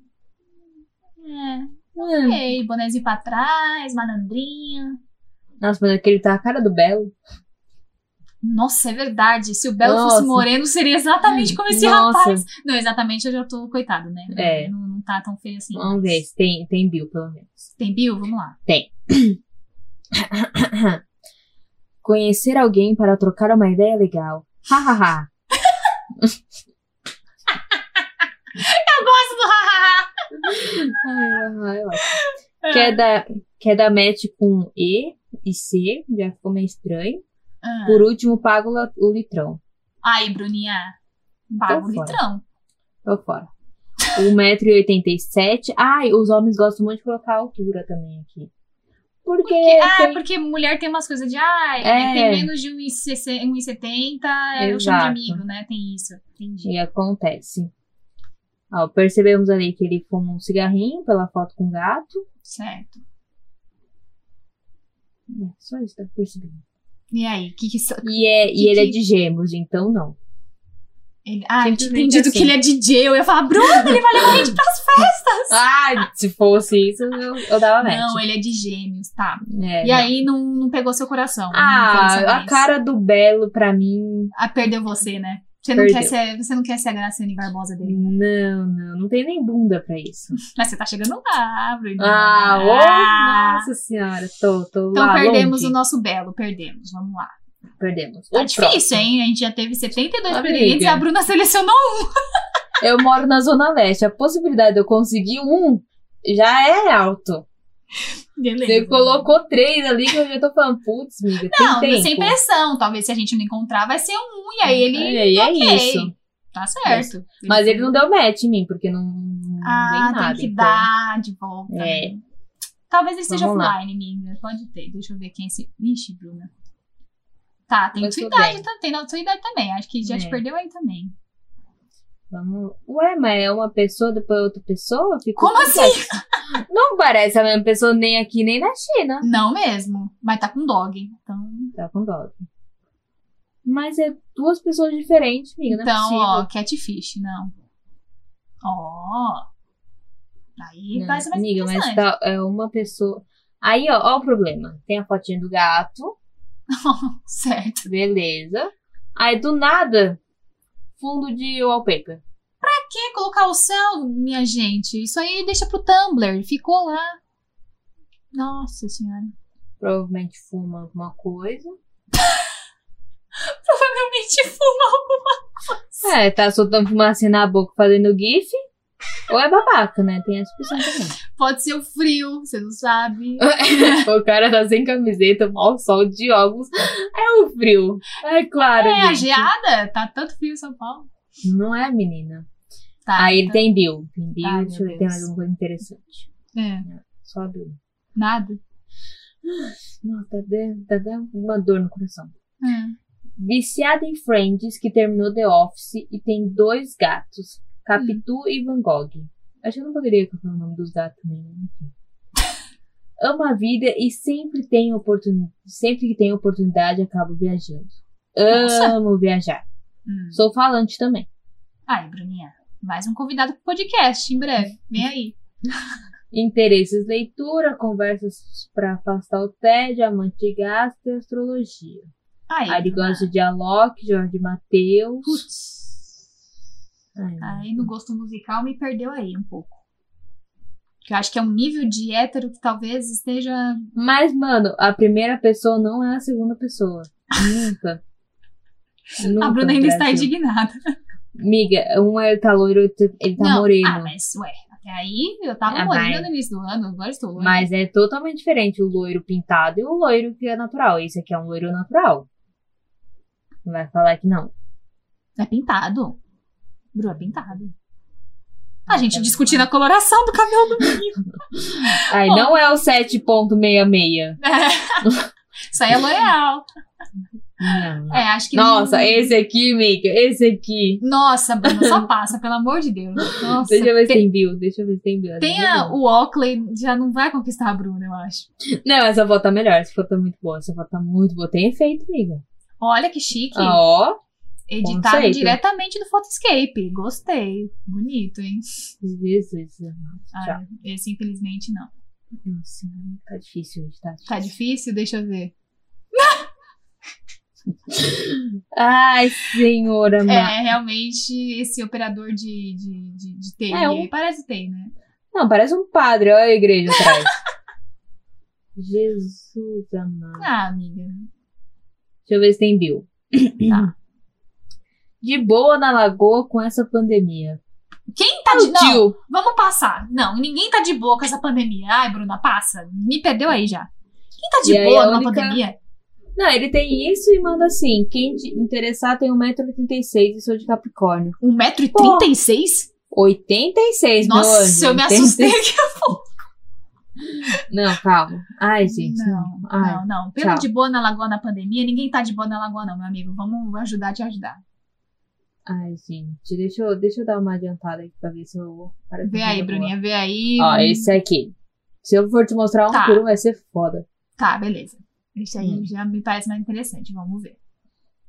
É. hum. Ok, bonézinho pra trás, malandrinha. Nossa, mas aquele tá a cara do Belo. Nossa, é verdade. Se o Belo Nossa. fosse moreno, seria exatamente como esse Nossa. rapaz. Não, exatamente, eu já tô coitado, né? É. Não, não tá tão feio assim. Vamos ver se tem, tem Bill, pelo menos. Tem Bill? Vamos lá. Conhecer alguém para trocar uma ideia é legal. Hahaha. Gosto do hahaha. quer, dar, quer dar match com E e C, já ficou meio estranho. Ah. Por último, pago la- o litrão. Aí, Bruninha. Paga Tô o fora. litrão. Tô fora. 1,87m. Ai, os homens gostam muito de colocar a altura também aqui. Porque. Ah, É, tem- porque mulher tem umas coisas de, ah, É. tem menos de 1,70, eu chamo de Exato. amigo, né? Tem isso. Entendi. E acontece. Ó, percebemos ali que ele fuma um cigarrinho pela foto com o gato. Certo. É, só isso, tá percebendo. E aí, o que que... so- E, é, Que e ele é que- de gêmeos, então não. Ele... Ah, eu tinha Simplesmente entendido assim. que ele é DJ, eu ia falar, Bruno, ele vai levar a gente pra... Ah, se fosse isso, eu, eu dava match. Não, ele é de gêmeos, tá. É, E aí, não, não pegou seu coração. não foi dessa Ah, a vez. cara do Belo pra mim. Ah, perdeu você, né? Você não, Perdeu. quer ser, você não quer ser a Graciane Barbosa dele. Não, não, não tem nem bunda pra isso. Mas você tá chegando lá, Bruninha. Hum. Ah, ô, Ah. nossa senhora, tô, tô Então lá perdemos longe. o nosso belo, perdemos. Vamos lá. Perdemos. Tá O difícil, próximo. hein? A gente já teve 72 Amiga. presentes e a Bruna selecionou um. Eu moro na Zona Leste, a possibilidade de eu conseguir um já é alto. um, Você colocou três ali que eu já tô falando, putz, amiga, Não, é tem tempo. sem pressão. Talvez se a gente não encontrar, vai ser um. E aí ele. E aí é ok. isso. Tá certo. Mas ele não deu match em mim, porque não, não Uhum. Ah, dei nada. tem que então. dar de volta. É. Talvez ele seja Vamos lá. offline, amiga. Pode ter. Deixa eu ver quem é esse. Ixi, Bruna. Tá, tem Mas sua tudo idade, bem. tá, tem na sua idade também. Acho que já te É. perdeu aí também. Vamos... Ué, mas é uma pessoa, depois outra pessoa? Fico Como assim? Não parece a mesma pessoa nem aqui, nem na China. Não mesmo. Mas tá com dog. Então. Tá com dó. Mas é duas pessoas diferentes, amiga. Não Então, é ó, possível. catfish, não. Ó. Aí Não, vai ser mais amiga, mas interessante. tá, é uma pessoa. Aí, ó, ó o problema. Tem a fotinha do gato, Certo. beleza. Aí, do nada, fundo de wallpaper. que colocar o céu, minha gente? Isso aí deixa pro Tumblr. Ficou lá. Nossa senhora. Provavelmente fuma alguma coisa. Provavelmente fuma alguma É, tá soltando fumaça na boca fazendo gif. Ou é babaca, né? Tem essa opção também. Pode ser o frio, você não sabe. o cara tá sem camiseta, mal sol de óculos. É o frio. É claro. É, a gente. geada, tá tanto frio em São Paulo. Não é, menina. Tá, Aí ele tá- tem Bill. Tem Bill, Ai, deixa meu eu ver, tem Deus. mais alguma coisa interessante. é, Só Bill. nada. Nossa, tá até, tá até uma dor no coração. É. Viciada em Friends, que terminou The Office e tem dois gatos, Capitu e Van Gogh. Acho que eu não poderia colocar o nome dos gatos também, né? enfim. Ama a vida e sempre tem oportunidade, sempre que tem oportunidade acabo viajando. Nossa. Amo viajar. Hum. Sou falante também. Ai, Bruninha, mais um convidado pro podcast em breve. Vem aí. Interesses leitura, conversas pra afastar o tédio, amante de gasto e astrologia. Aí, Aí ele Bruna. gosta de Alok, Jorge Mateus. Putz. Ai, Aí Né? no gosto musical me perdeu aí um pouco. Que eu acho que é um nível de hétero que talvez esteja. Mas, mano, a primeira pessoa não é a segunda pessoa. Nunca. Nunca, a Bruna ainda está Brasil. indignada. Miga, um é tá loiro, outro- ele tá não, moreno. ah, mas ué, até aí eu tava Ah, morena mas- no início do ano, agora estou loira. Mas é totalmente diferente o loiro pintado e o loiro que é natural. Esse aqui é um loiro natural. Não vai falar que não. É pintado. Bru, é pintado. A gente Tá discutindo a coloração do cabelo do menino. Aí Bom. não é o 7.66. Isso aí é L'Oreal. Não. É, acho que. Ah. Nossa, não- esse aqui, miga, esse aqui. Nossa, Bruna, só passa, pelo amor de Deus. Nossa. Deixa eu ver se tem Bill, deixa eu ver se tem Bill. Tem a- o Oakley, já não vai conquistar a Bruna, eu acho. Não, essa foto tá melhor, essa foto tá muito boa, essa foto tá muito boa. Tem efeito, miga. Olha que chique. Ó, Editado conceito. diretamente do Photoscape. Gostei. Bonito, hein? Jesus, Ah, Tchau. esse, infelizmente, não. nossa, né? tá difícil hoje, tá? Tá difícil? Deixa eu ver. Ai, senhora, amada. É, realmente, esse operador de, de, de, de TI É, um- aí parece TI, né? Não, parece um padre, olha a igreja atrás. Jesus, amado. Ah, amiga. Deixa eu ver se tem Bill. Tá. De boa na lagoa com essa pandemia. Quem tá de. Meu Não, tio, vamos passar. Não, ninguém tá de boa com essa pandemia. Ai, Bruna, passa. Me perdeu aí já. Quem tá de E aí, boa a numa única- pandemia? Não, ele tem isso e manda assim. Quem te interessar tem 1,86m e sou de Capricórnio. 1,36m? 86, meu anjo, Nossa, eu me 80. assustei. Não, calma. Ai, gente. né? Não, Ai, não, não. Pelo tchau. de boa na lagoa na pandemia, ninguém tá de boa na lagoa, não, meu amigo. Vamos ajudar a te ajudar. Ai, gente, deixa eu, deixa eu dar uma adiantada aqui pra ver se eu. para Vê aí, Bruninha, vê aí. Ó, esse aqui. Se eu for te mostrar um Tá. por um, vai ser foda. Tá, beleza. Esse aí Hum. já me parece mais interessante, vamos ver.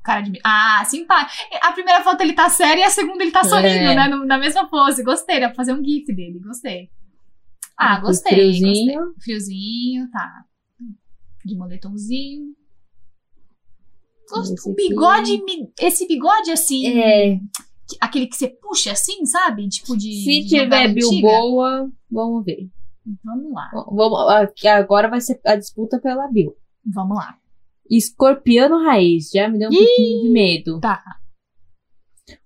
Cara de. Ah, simpático. A primeira foto ele tá sério e a segunda ele tá sorrindo, É. né? no- Na mesma pose. Gostei, dá pra fazer um gif dele. Gostei. Ah, Aqui, gostei. friozinho. gostei. Friozinho, tá. De moletomzinho. Gosto- Esse o aqui. bigode. me- Esse bigode assim. É, que- aquele que você puxa assim, sabe? Tipo de. se de novela tiver Bill antiga. boa, vamos ver. Vamos lá, V- Vamos, aqui agora vai ser a disputa pela Bill. vamos lá. Escorpiano Raiz, já me deu um Ih. pouquinho de medo. Tá.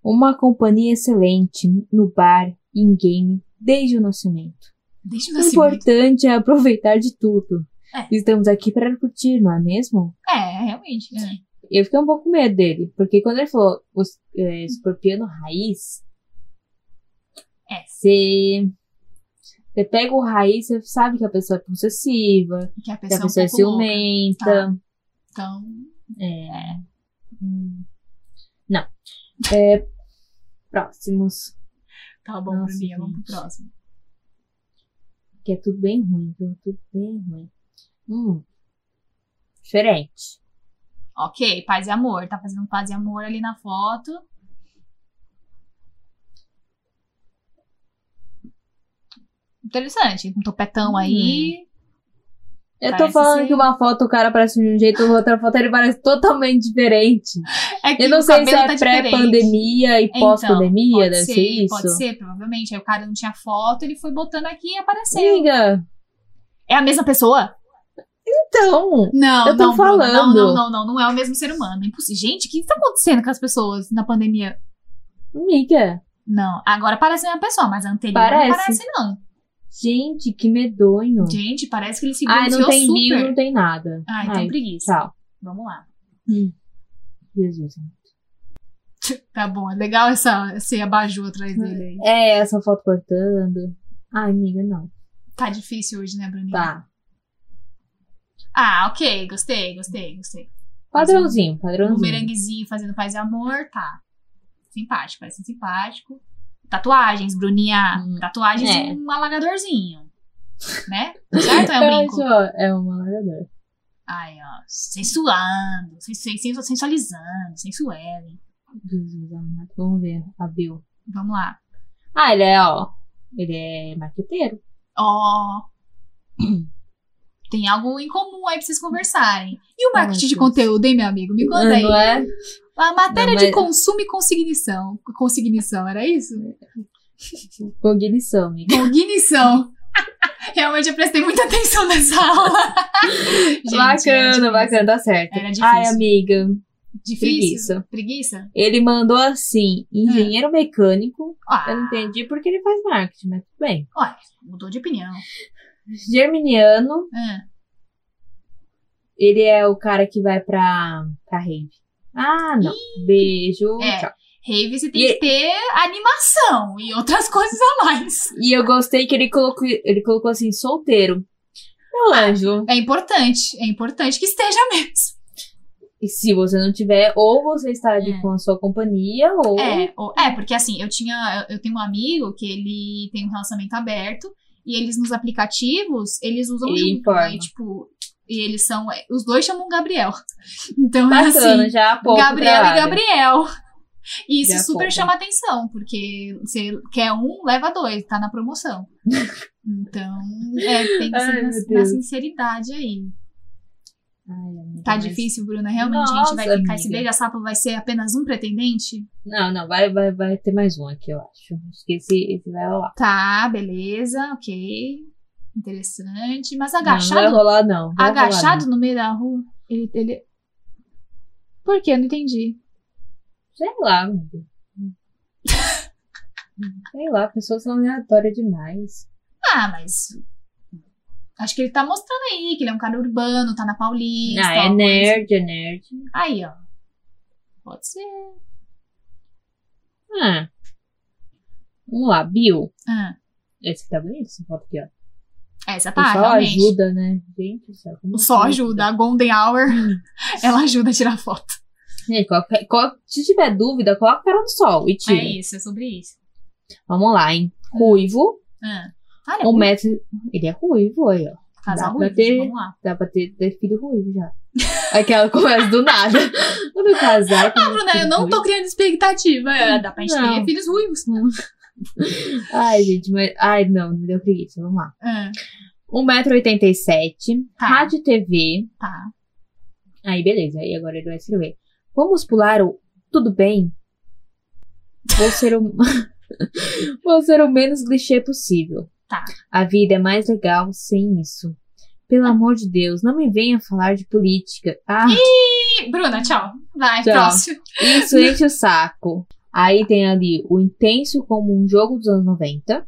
Uma companhia excelente no bar e em game desde o nascimento. Deixa eu O ver se. importante é aproveitar de tudo. assim. É. Estamos aqui para curtir, não é mesmo? É, realmente. é. Eu fiquei um pouco com medo dele, porque quando ele falou os, é, escorpião raiz, É. você você pega o raiz, você sabe que a pessoa é possessiva, Que a que pessoa, a pessoa é é um pouco louca. ciumenta. Tá. Então, É. Hum. Não. É, próximos. tá bom, Nossa, Bruninha, vamos gente. pro próximo. Que é tudo bem ruim, viu? Tudo bem ruim. Hum. Diferente. Ok, paz e amor. Tá fazendo paz e amor ali na foto. Hum. Interessante, um topetão aí. Eu tô Parece falando ser- que uma foto o cara parece de um jeito, outra foto ele parece totalmente diferente. É que Eu não o sei se cabelo é tá diferente. pré-pandemia e Então, pós-pandemia, Pode deve ser, ser isso. pode ser, provavelmente. Aí o cara não tinha foto, ele foi botando aqui e apareceu. Amiga, É a mesma pessoa? então. Não, Eu tô não, Bruno, falando. Não, não, não, não, não é o mesmo ser humano. É impossível. Gente, o que tá acontecendo com as pessoas na pandemia? Amiga, Não, agora parece a mesma pessoa, mas a anterior não Parece. parece, não. gente, que medonho. Gente, parece que ele se Ai, não influenciou tem bio, super. não tem nada. Ah, então Ai, tá. preguiça. tchau. Vamos lá. Jesus. Tá bom, é legal essa, esse abajur atrás dele aí. É, essa foto cortando. Ai, amiga, não. Tá difícil hoje, né, Bruninha? Tá. Ah, ok, gostei, gostei, gostei. Padrãozinho, padrãozinho. Bumeranguezinho fazendo paz e amor, tá. Simpático, parece simpático. Tatuagens, Bruninha. Hum, Tatuagens é. e um alagadorzinho. Né? Certo? É um Então, brinco. isso, ó, É um alargador. Ai, ó. Sensuando, sen- sen- sensu- sensualizando, sensuelem. Jesus amado. Vamos ver a bio. Vamos lá. Ah, ele é, ó. Ele é marqueteiro. Ó. Tem algo em comum aí pra vocês conversarem. E o Ai, marketing de Deus. conteúdo, hein, meu amigo? Me conta aí. Não é? A matéria Não, de é- mas- consumo e consignição. Consignição, era isso? Cognição, amiga. Cognição. Realmente eu prestei muita atenção nessa aula. Gente, era bacana, difícil. bacana, tá certo. Era É difícil. é Ai, amiga, Difícil? Preguiça? ele mandou assim, Hum. engenheiro mecânico. Ah, Eu não entendi porque ele faz marketing, mas tudo bem. Olha, mudou de opinião. Germiniano, Ah, ele é o cara que vai pra, pra rave. Ah, não. Beijo, É. tchau. Rave, você tem E- é que ter animação e outras coisas a mais. E eu gostei que ele colocou, ele colocou assim, solteiro. Meu anjo, É importante, é importante que esteja mesmo. e se você não tiver, ou você está ali É. com a sua companhia, ou... É, ou- é, porque assim, eu tinha, eu eu tenho um amigo que ele tem um relacionamento aberto e eles nos aplicativos, eles usam Ele junto, informa. aí, tipo, e eles são, os dois chamam Gabriel. Então é assim, Bacana, já há pouco Gabriel pra e área. é Gabriel. E isso Já super conta. chama atenção, porque você quer um, leva dois, tá na promoção. Então, é, tem que Ai, ser na, meu na Deus. sinceridade aí. Ai, amiga, Tá mas- difícil, Bruna. Realmente a gente vai Nossa, ficar. Esse amiga. beija-sapo vai ser apenas um pretendente? Não, não, vai, vai, vai ter mais um aqui, eu acho. Acho que esse, esse vai rolar. Tá, beleza, ok. Interessante. Mas Não, agachado, vai rolar, não. Vai rolar, agachado não. no meio da rua, ele. ele... Por quê? Eu não entendi. Sei lá, amiga. Sei lá, pessoas são aleatórias demais. Ah, mas. Acho que ele tá mostrando aí que ele é um cara urbano, tá na Paulista. Ah, é uma coisa assim. nerd, é nerd. Aí, ó. Pode ser. Ah. Vamos lá, Bill. Ah, Esse aqui tá bonito, essa foto aqui, ó. essa O tá, sol realmente. ajuda, né? Gente do céu. como assim? O sol que- ajuda. A Golden Hour, ela ajuda a tirar foto. Gente, coloca- coloca- é, se tiver dúvida, coloca a cara no sol e tira. É isso, é sobre isso. Vamos lá, hein? Ruivo. Ah. Olha, Um metro. Ele é ruivo aí, ó. casal dá pra ruivo, ter- vamos lá. Dá pra ter, ter filho ruivo já. Aquela começa do nada. Quando eu casar. Ah, Bruna, eu não tô criando expectativa. é, Dá pra gente Não. ter filhos ruivos. Ai, gente, mas. Ai, não, me deu preguiça. Vamos lá. Ah, 1,87m, Tá. rádio e TV. tá. Aí, beleza. Aí agora ele vai escrever. Vamos pular o. Tudo bem? Vou ser o. Vou ser o menos clichê possível. Tá. A vida é mais legal sem isso. Pelo Tá. amor de Deus, não me venha falar de política. Ah. E, Bruna, tchau. Vai, Tchau. próximo. Isso enche o saco. Aí tem ali o intenso como um jogo dos anos 90.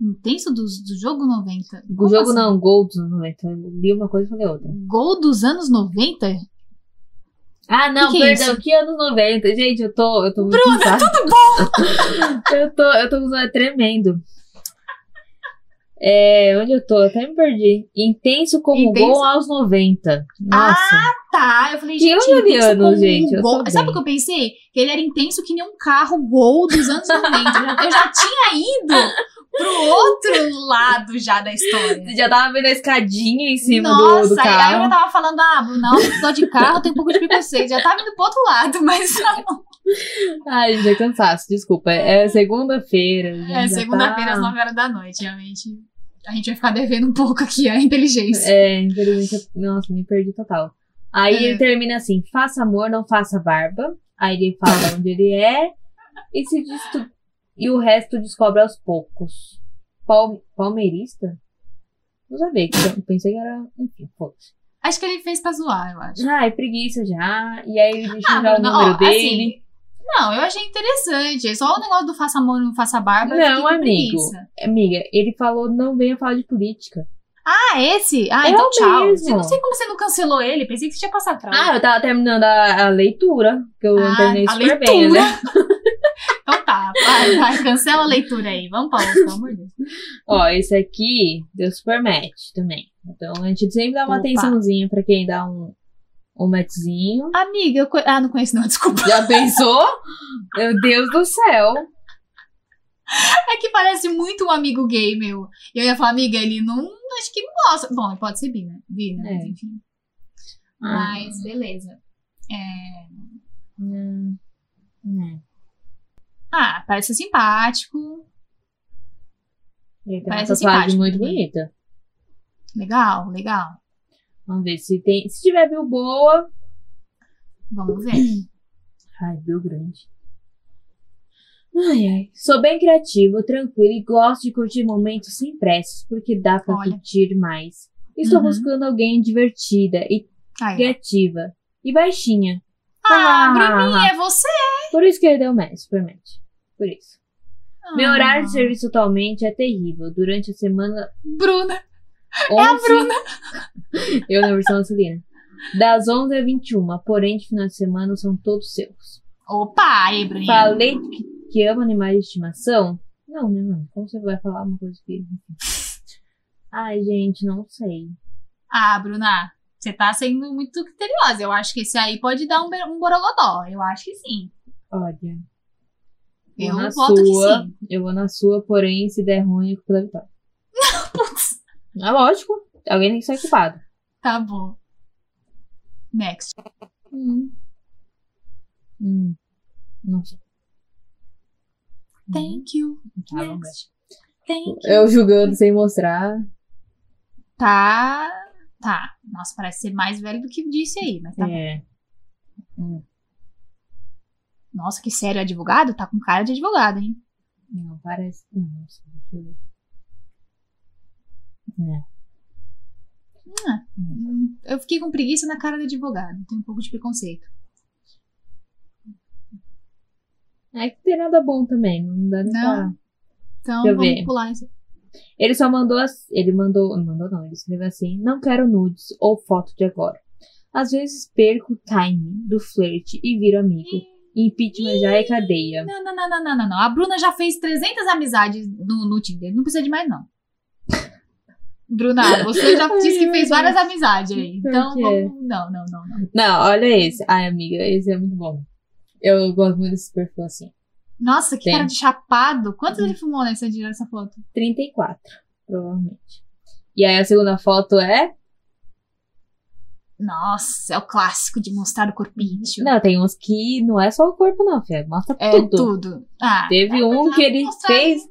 Intenso do, do jogo 90. O Como jogo assim? não, gol dos anos 90. Eu li uma coisa e falei outra. Gol dos anos 90? Ah, não, Que que é perdão, que anos 90. Gente, eu tô. Eu tô muito Bruna, tudo bom? eu tô, eu tô com sono tremendo. É, onde eu tô? Eu até me perdi. Intenso Ah! como Intenso? gol aos 90. Nossa. Tá, eu falei, Que gente, ano de intenso ano, como um é gente? Eu gol. tô Sabe bem. o que eu pensei? Que ele era intenso que nem um carro gol dos anos 90. Eu já- eu já tinha ido pro outro lado já da história. Você já tava vendo a escadinha em cima Nossa, do, do aí eu já carro. tava falando, ah, Bruna, gosta de carro, tem um pouco de preconceito. Já tava indo pro outro lado, mas Ai, gente, é cansaço, desculpa. É segunda-feira. é gente, já segunda-feira tá- às 9 horas da noite, realmente. a gente vai ficar devendo um pouco aqui a inteligência. É, infelizmente, eu- nossa, me perdi total. Aí É. ele termina assim: faça amor, não faça barba. Aí ele fala onde ele é e se destu- e o resto descobre aos poucos. Pal- palmeirista? Não sabia, que eu pensei que era. Enfim, foda-se. Acho que ele fez pra zoar, eu acho. Ah, é preguiça já. E aí ele deixa Ah, já o Bruna, número ó, dele. assim, não, eu achei interessante. É Só o negócio do faça amor, não faça barba. eu Não, fiquei com amigo. preguiça. Amiga, ele falou: não venha falar de política. Ah, esse? Ah, É então o tchau. mesmo. Eu não sei como você não cancelou ele. Pensei que você tinha passado pra lá. Ah, eu tava terminando a, a leitura, que eu Ah, terminei a super bem, né? leitura. Então tá, vai, vai, cancela a leitura aí. Vamos pra outra, pelo amor de Deus. Ó, esse aqui deu super match também. Então a gente sempre dá uma Opa. atençãozinha pra quem dá um, um matchzinho. Amiga, eu. co- Ah, não conheço, não, desculpa. Já pensou? Meu Deus do céu! É que parece muito um amigo gay meu. E eu ia falar, amiga, ele não. Acho que não gosta. Bom, pode ser bi, né? Bi, né? É. Mas, enfim. Ah, Mas, beleza. É, hum, hum. Ah, parece ser simpático. Ele tem uma Parece tatuagem simpático né? muito também. bonita. Legal, legal. Vamos ver se tem. Se tiver Bill boa. Vamos ver. Hum. Ai, Bill grande. Ai, ai. Sou bem criativo, tranquilo e gosto de curtir momentos sem pressas, porque dá pra Olha. curtir mais. Estou Uhum. buscando alguém divertida e Aí, ó. criativa e baixinha. ah, Bruninha, é você. Por isso que ele deu match, super match. Por isso. Meu Ah, horário de serviço atualmente é terrível. Durante a semana. Bruna. 11... É a Bruna! Eu na versão masculina. Das 11 às 21, porém de final de semana são todos seus. Opa, aí, Bruninha. Falei que, que amo animais de estimação? Não, né, mano? Como você vai falar uma coisa que. Ai, gente, não sei. Ah, Bruna, você tá sendo muito criteriosa. Eu acho que esse aí pode dar um, be- um borogodó. Eu acho que sim. Olha, Eu Na voto sua. que sim. eu vou na sua, porém, se der ruim, eu fico da vitória. Putz, É lógico. Alguém tem que ser culpado. tá bom. Next. Hum. Hum. Não sei. Thank you. Tá, vamos ver. Next. Thank you. Eu julgando sem mostrar. Tá. Tá. Nossa, parece ser mais velho do que disse aí, mas tá bom. É. Nossa, que sério, advogado? Tá com cara de advogado, hein? Não, parece. Não, não sei. Deixa eu ver. Não. Hum, Eu fiquei com preguiça na cara do advogado. Tem um pouco de preconceito. É que tem nada bom também, não dá nem Não. pra- Então, Deixa eu vamos ver. pular esse. Ele só mandou as... Ele mandou. Não mandou não, ele escreveu assim: não quero nudes ou foto de agora. Às vezes perco o time do flerte e viro amigo. Impeachment já é cadeia. Não, não, não, não, não, não, não. A Bruna já fez 300 amizades no, no Tinder. Não precisa de mais, não. Bruna, você já Ai, disse que meu fez Deus. várias amizades aí. Pior Então, que é. vamos... não, não, não, não. Não, olha esse. Ai, amiga, esse é muito bom. Eu gosto muito desse perfil assim. Nossa, que Tem. Hum. cara de chapado. Quantos ele fumou nessa, nessa foto? 34, provavelmente. E aí a segunda foto é. Nossa, é o clássico de mostrar o corpinho. Não, tem uns que não é só o corpo, não, filha. Mostra É tudo. tudo. Ah, Teve um mas que eu ele vou mostrar. fez.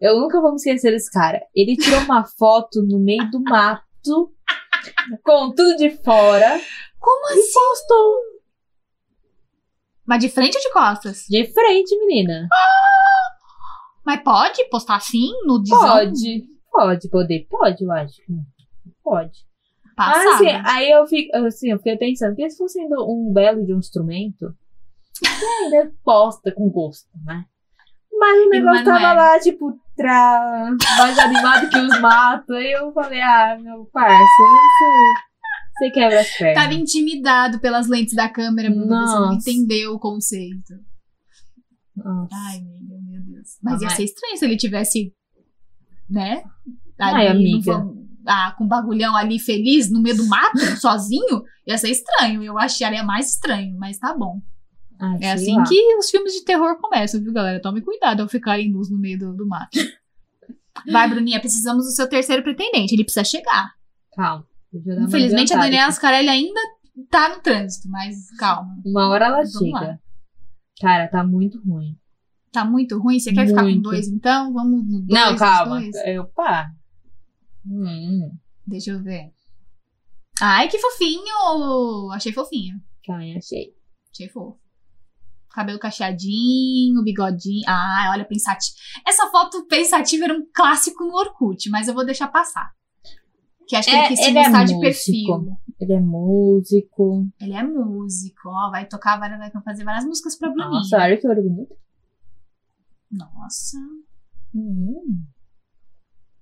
Eu nunca vou me esquecer desse cara. Ele tirou uma foto no meio do mato, com tudo de fora, como e assim? postou Mas de frente ou de costas? de frente, menina. Mas pode postar assim no desão? Pode. Pode poder. Pode, eu acho. Pode. Passado. Ah, assim, aí eu fico, assim, eu fiquei pensando, porque se fosse ainda um belo de um instrumento, você ainda posta com gosto, né? Mas o Mas negócio não é. tava era. lá, tipo, tra... mais animado que os matos. Aí eu falei, ah, meu parça, você, você quebra as pernas. Tava intimidado pelas lentes da câmera, Bruna. Você não Nossa. entendeu o conceito. Nossa. Ai, amiga, meu Deus. Mas Ah, ia mas- ser estranho se ele tivesse, né? Ai, no amiga. van- ah, com um bagulhão ali feliz no meio do mato, sozinho, ia ser estranho. Eu acharia mais estranho, mas tá bom. Ai, Ah, sei É assim lá. que os filmes de terror começam, viu, galera? Tome cuidado ao ficar em luz no meio do, do mato. Vai, Bruninha, precisamos do seu terceiro pretendente. Ele precisa chegar. Calma. deixa eu dar uma Infelizmente, a adiantada Daniela Scarelli ainda tá no trânsito, mas calma. aqui. Uma hora ela Vamos chega. lá. Cara, tá muito ruim. Tá muito ruim. Você quer ficar com Muito. dois, então? Vamos no dois. Não, nos calma. dois? Eu, pá. Hum, Deixa eu ver. Ai, que fofinho! Achei fofinho. também achei. Achei fofo. Cabelo cacheadinho, bigodinho. Ah, olha, pensativo. Essa foto pensativa era um clássico no Orkut, mas eu vou deixar passar. Que acho que ele É, quis se ele é mostrar de músico. perfil. Ele é músico. Ele é músico, ó, vai tocar, várias, vai fazer várias músicas pra Bruninha. Nossa, olha que olho bonito. Nossa, Hum.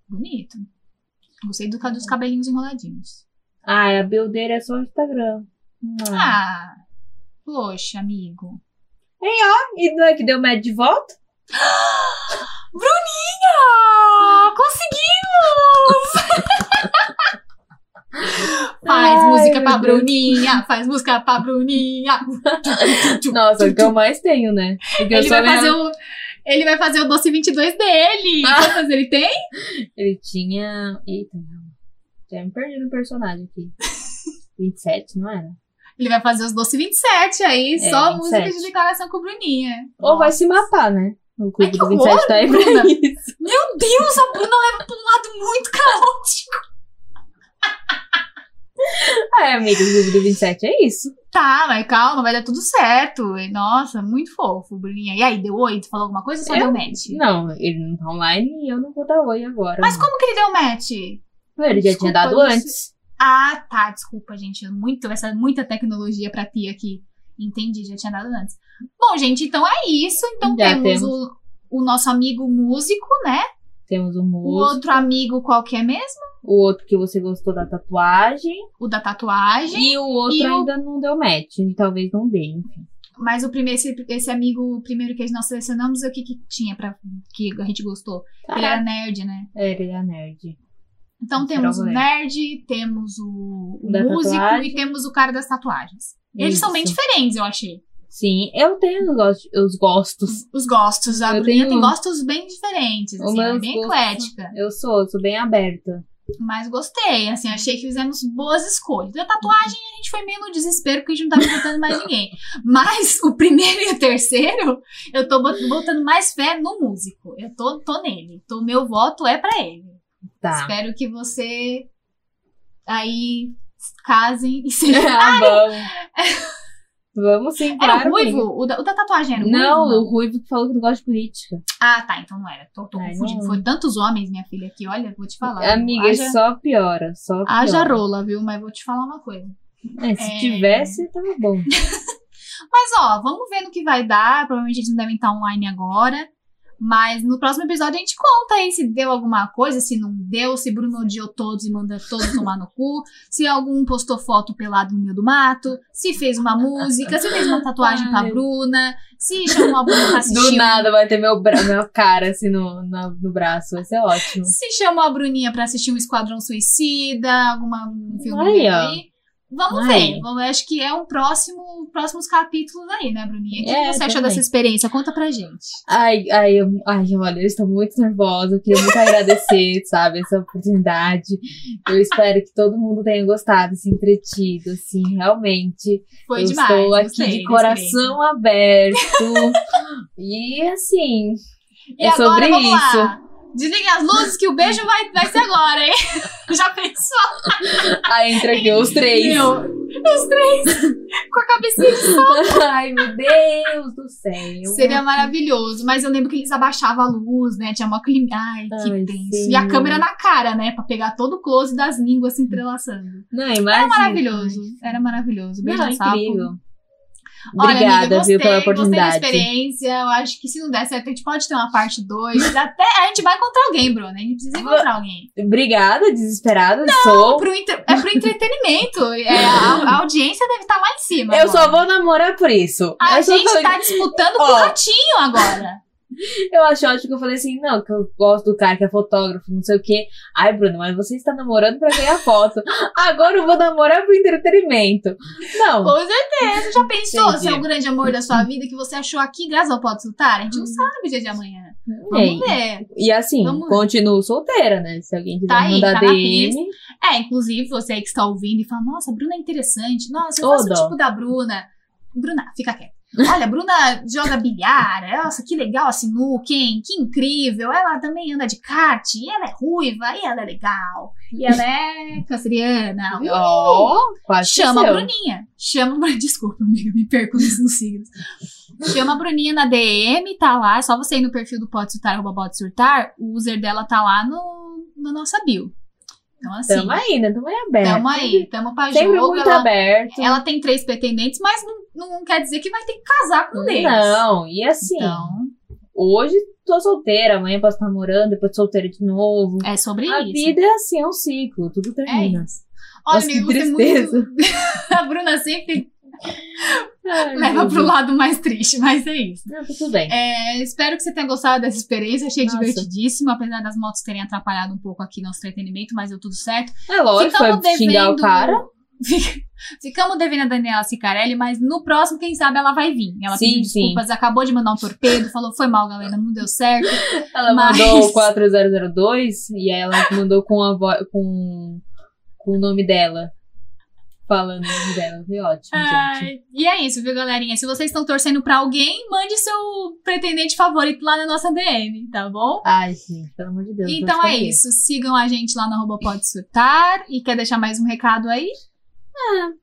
bonito. Gostei do, dos cabelinhos enroladinhos. Ah, a build dele é só o Instagram. Ah. Ah, poxa, amigo. E não é que deu match de volta? Ah, conseguimos! faz Ai, música pra meu Deus. Bruninha, faz música pra Bruninha. Nossa, o que eu mais tenho, né? Porque eu Ele só vai, lembro- fazer o, ele vai fazer o doce 22 dele. Ah. Quantas ele tem? Ele tinha. Eita, não. Já me perdi no personagem aqui. 27, não era? Ele vai fazer os doce 27 aí, É, só 27. música de declaração com Bruninha. Ou vai se matar, né? O clube que do 27 tá aí pra horror, Bruna. isso. Meu Deus, a Bruna leva pra um lado muito caótico. Ah, é, amigo, o clube do 27 é isso. Tá, mas calma, vai dar tudo certo. E, Nossa, muito fofo, Bruninha. E aí, deu oito? Falou alguma coisa ou só deu Eu- match? Não, ele não tá online e eu não vou dar oi agora. Mas como que ele deu match? Ele já Desculpa, tinha dado eu não antes. Ah, tá, desculpa, gente. Muito, essa muita tecnologia pra ti aqui. Entendi, já tinha dado antes. Bom, gente, então é isso. Então Já temos, temos. O, o nosso amigo músico, né? Temos o O moço, outro amigo qual que é mesmo? o outro que você gostou da tatuagem. O da tatuagem. E o outro E o- ainda não deu match. E talvez não dê, enfim. Mas o primeiro, esse, esse amigo primeiro que nós selecionamos, é o que que tinha para que a gente gostou? Tá. Ele era nerd, né? É, ele é nerd. Então Será temos o moleque? nerd, temos o, o Da músico tatuagem. e temos o cara das tatuagens. Eles são bem Isso. diferentes, eu achei. Sim, eu tenho os gos- os gostos. Os gostos. A Eu Bruninha tem tenho- gostos bem diferentes, Os assim, ela é meus bem gostos- eclética. Eu sou, eu sou bem aberta. Mas gostei, assim, achei que fizemos boas escolhas. Da tatuagem a gente foi meio no desespero porque a gente não tava botando mais ninguém. Mas o primeiro e o terceiro, eu tô bot- botando mais fé no músico. Eu tô, tô nele. Então, o meu voto é pra ele. Tá. Espero que você aí casem e sejam. Ah, vamos. Vamos sim, Era claro. o ruivo? amiga. O da, o da tatuagem era o É, Não, ruivo? o Ruivo que falou que não gosta de política. Ah, tá, então não era. Tô, tô Ai, confundindo. não. Foi tantos homens, minha filha, que olha, vou te falar. Amiga, é haja, só piora, só piora. haja rola, viu? Mas vou te falar uma coisa. É, se Ah, É. tivesse, tava bom. Mas ó, vamos ver no que vai dar. Provavelmente eles não devem estar online agora. Mas no próximo episódio a gente conta aí se deu alguma coisa, se não deu, se Bruno odiou todos e manda todos tomar no cu, se algum postou foto pelado no meio do mato, se fez uma música, se fez uma tatuagem pra Ai. Bruna, se chamou a Bruna pra assistir. Do um- nada vai ter meu bra... minha cara assim no, na- no braço, vai ser ótimo. Se chamou a Bruninha pra assistir um Esquadrão Suicida, alguma um filme Aí, ó. aí. Vamos Aí. ver. Vamos, acho que é um próximo, próximos capítulos aí, né, Bruninha? O que É, você achou também. dessa experiência? Conta pra gente. Ai, ai, eu, ai, olha, eu estou muito nervosa, eu queria muito agradecer, sabe, essa oportunidade. Eu espero que todo mundo tenha gostado, se entretido, assim, realmente. Foi eu demais. estou aqui gostei de da coração aberto. e assim, experiência. é sobre vamos isso. Lá. Desliguem as luzes que o beijo vai, vai ser agora, hein? Já pensou? Aí entra aqui os três. Meu, os três com a cabecinha de cima. Ai, meu Deus do céu. Seria maravilhoso. Mas eu lembro que eles abaixavam a luz, né? Tinha uma clima. Ai, que Ai, tenso. sim. E a câmera na cara, né? Pra pegar todo o close das línguas se entrelaçando. Não, imagina. É Maravilhoso. Era maravilhoso. Beijo Não, no sapo. incrível. Olha, Obrigada, amiga, gostei, viu, Gostei pela da oportunidade. experiência. Eu acho que se não der certo, a gente pode ter uma parte 2. Até a gente vai encontrar alguém, Bruna. A gente precisa encontrar alguém. Obrigada, desesperada, sou. pro entre- é pro entretenimento. É, a, a audiência deve estar lá em cima. Eu agora. só vou namorar por isso. A eu, só gente falei- tá disputando com o Ó. ratinho agora. eu acho ótimo que eu falei assim, não, que eu gosto do cara que é fotógrafo, não sei o quê. Ai, Bruno, mas você está namorando pra ganhar foto. Agora eu vou namorar pro entretenimento. Não. Com certeza. Já pensou Entendi. se é o grande amor da sua vida que você achou aqui, graças ao Pode Soltar? A gente não sabe o dia de amanhã. Hum. Ei, Vamos ver. E assim, Vamos ver. continuo solteira, né? Se alguém quiser Tá aí, mandar tá na DM. É, inclusive, você aí que está ouvindo e fala, nossa, a Bruna é interessante. Nossa, eu Ô, faço o dó. tipo da Bruna. Bruna, fica quieta. Olha, a Bruna joga bilhar, nossa, que legal a sinuca, hein? Que incrível. Ela também anda de kart, e ela é ruiva, e ela é legal. E ela é canceriana. Ó, quase Chama a esqueceu. Bruninha. Chama a Bruninha. Desculpa, amiga, me perco nos, nos signos. Chama a Bruninha na DM, tá lá. É só você ir no perfil do Pode Surtar, arroba Pode Surtar. O user dela tá lá no, na nossa bio. Então, assim, Tamo aí, né? Tamo aí aberto. tamo aí, tamo pra Sempre jogo. muito Ela, aberto. ela tem três pretendentes, mas não, não quer dizer que vai ter que casar com um deles. Não, e assim, Então, hoje tô solteira, amanhã posso estar namorando, depois tô solteira de novo. é sobre A isso. vida é assim, é um ciclo, tudo É termina. isso. Olha, Nossa, que amiga, você é tristeza. muito... a Bruna sempre Ai, leva meu pro Deus. lado mais triste, mas é isso. Não, tudo bem. É, espero que você tenha gostado dessa experiência. Achei Nossa. divertidíssimo, apesar das motos terem atrapalhado um pouco aqui nosso entretenimento, mas deu tudo certo. É, lógico, foi xingar o cara. Ficamos devendo a Daniela Cicarelli, mas no próximo, quem sabe, ela vai vir. Ela Sim, pediu sim. desculpas, acabou de mandar um torpedo, falou: foi mal, galera, não deu certo. Ela é Mas- mandou o 4002 e aí ela mandou com, a vo- com, com o nome dela. Falando o nome dela. Foi ótimo, gente. Ai, e é isso, viu, galerinha? Se vocês estão torcendo pra alguém, mande seu pretendente favorito lá na nossa DM, tá bom? Ai, gente, pelo amor de Deus. Então vou te é fazer. isso. Sigam a gente lá no arroba Pode Surtar. E quer deixar mais um recado aí?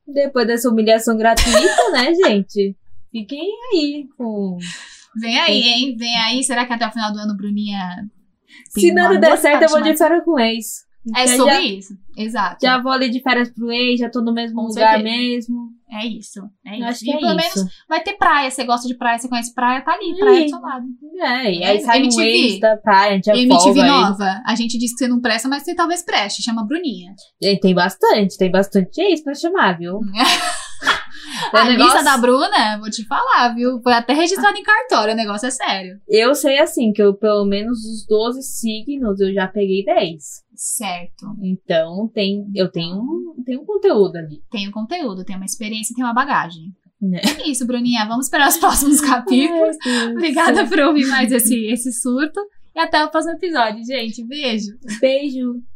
Depois dessa humilhação gratuita, né, gente? Fiquem aí com. Vem aí, hein? Vem aí. Será que até o final do ano, Bruninha. tem Se uma nada boa der certo, eu vou vontade de férias com o ex. mais? É Já- sobre isso. Exato. Já vou ali de férias pro ex, já tô no mesmo Com lugar certeza. mesmo. É isso. É Eu isso. acho que e é pelo isso. menos vai ter praia. Você gosta de praia, você conhece praia, tá ali, praia do seu lado. É, e aí É, sai um MTV. ex da praia, a gente já MTV folga aí. nova. A gente disse que você não presta, mas você talvez preste. Chama a Bruninha. Gente, Tem bastante, tem bastante ex pra chamar, viu? a O É um negócio- Ah, lista da Bruna, vou te falar, viu? Foi até registrada em cartório, o negócio é sério. Eu sei assim, que eu pelo menos os 12 signos eu já peguei 10. Certo. Então tem, eu tenho, um- tenho um conteúdo ali. Tem o conteúdo, tem uma experiência, tem uma bagagem. Né? É isso, Bruninha. Vamos esperar os próximos capítulos. Obrigada por ouvir mais esse, esse surto. E até o próximo episódio, gente. Beijo. Beijo.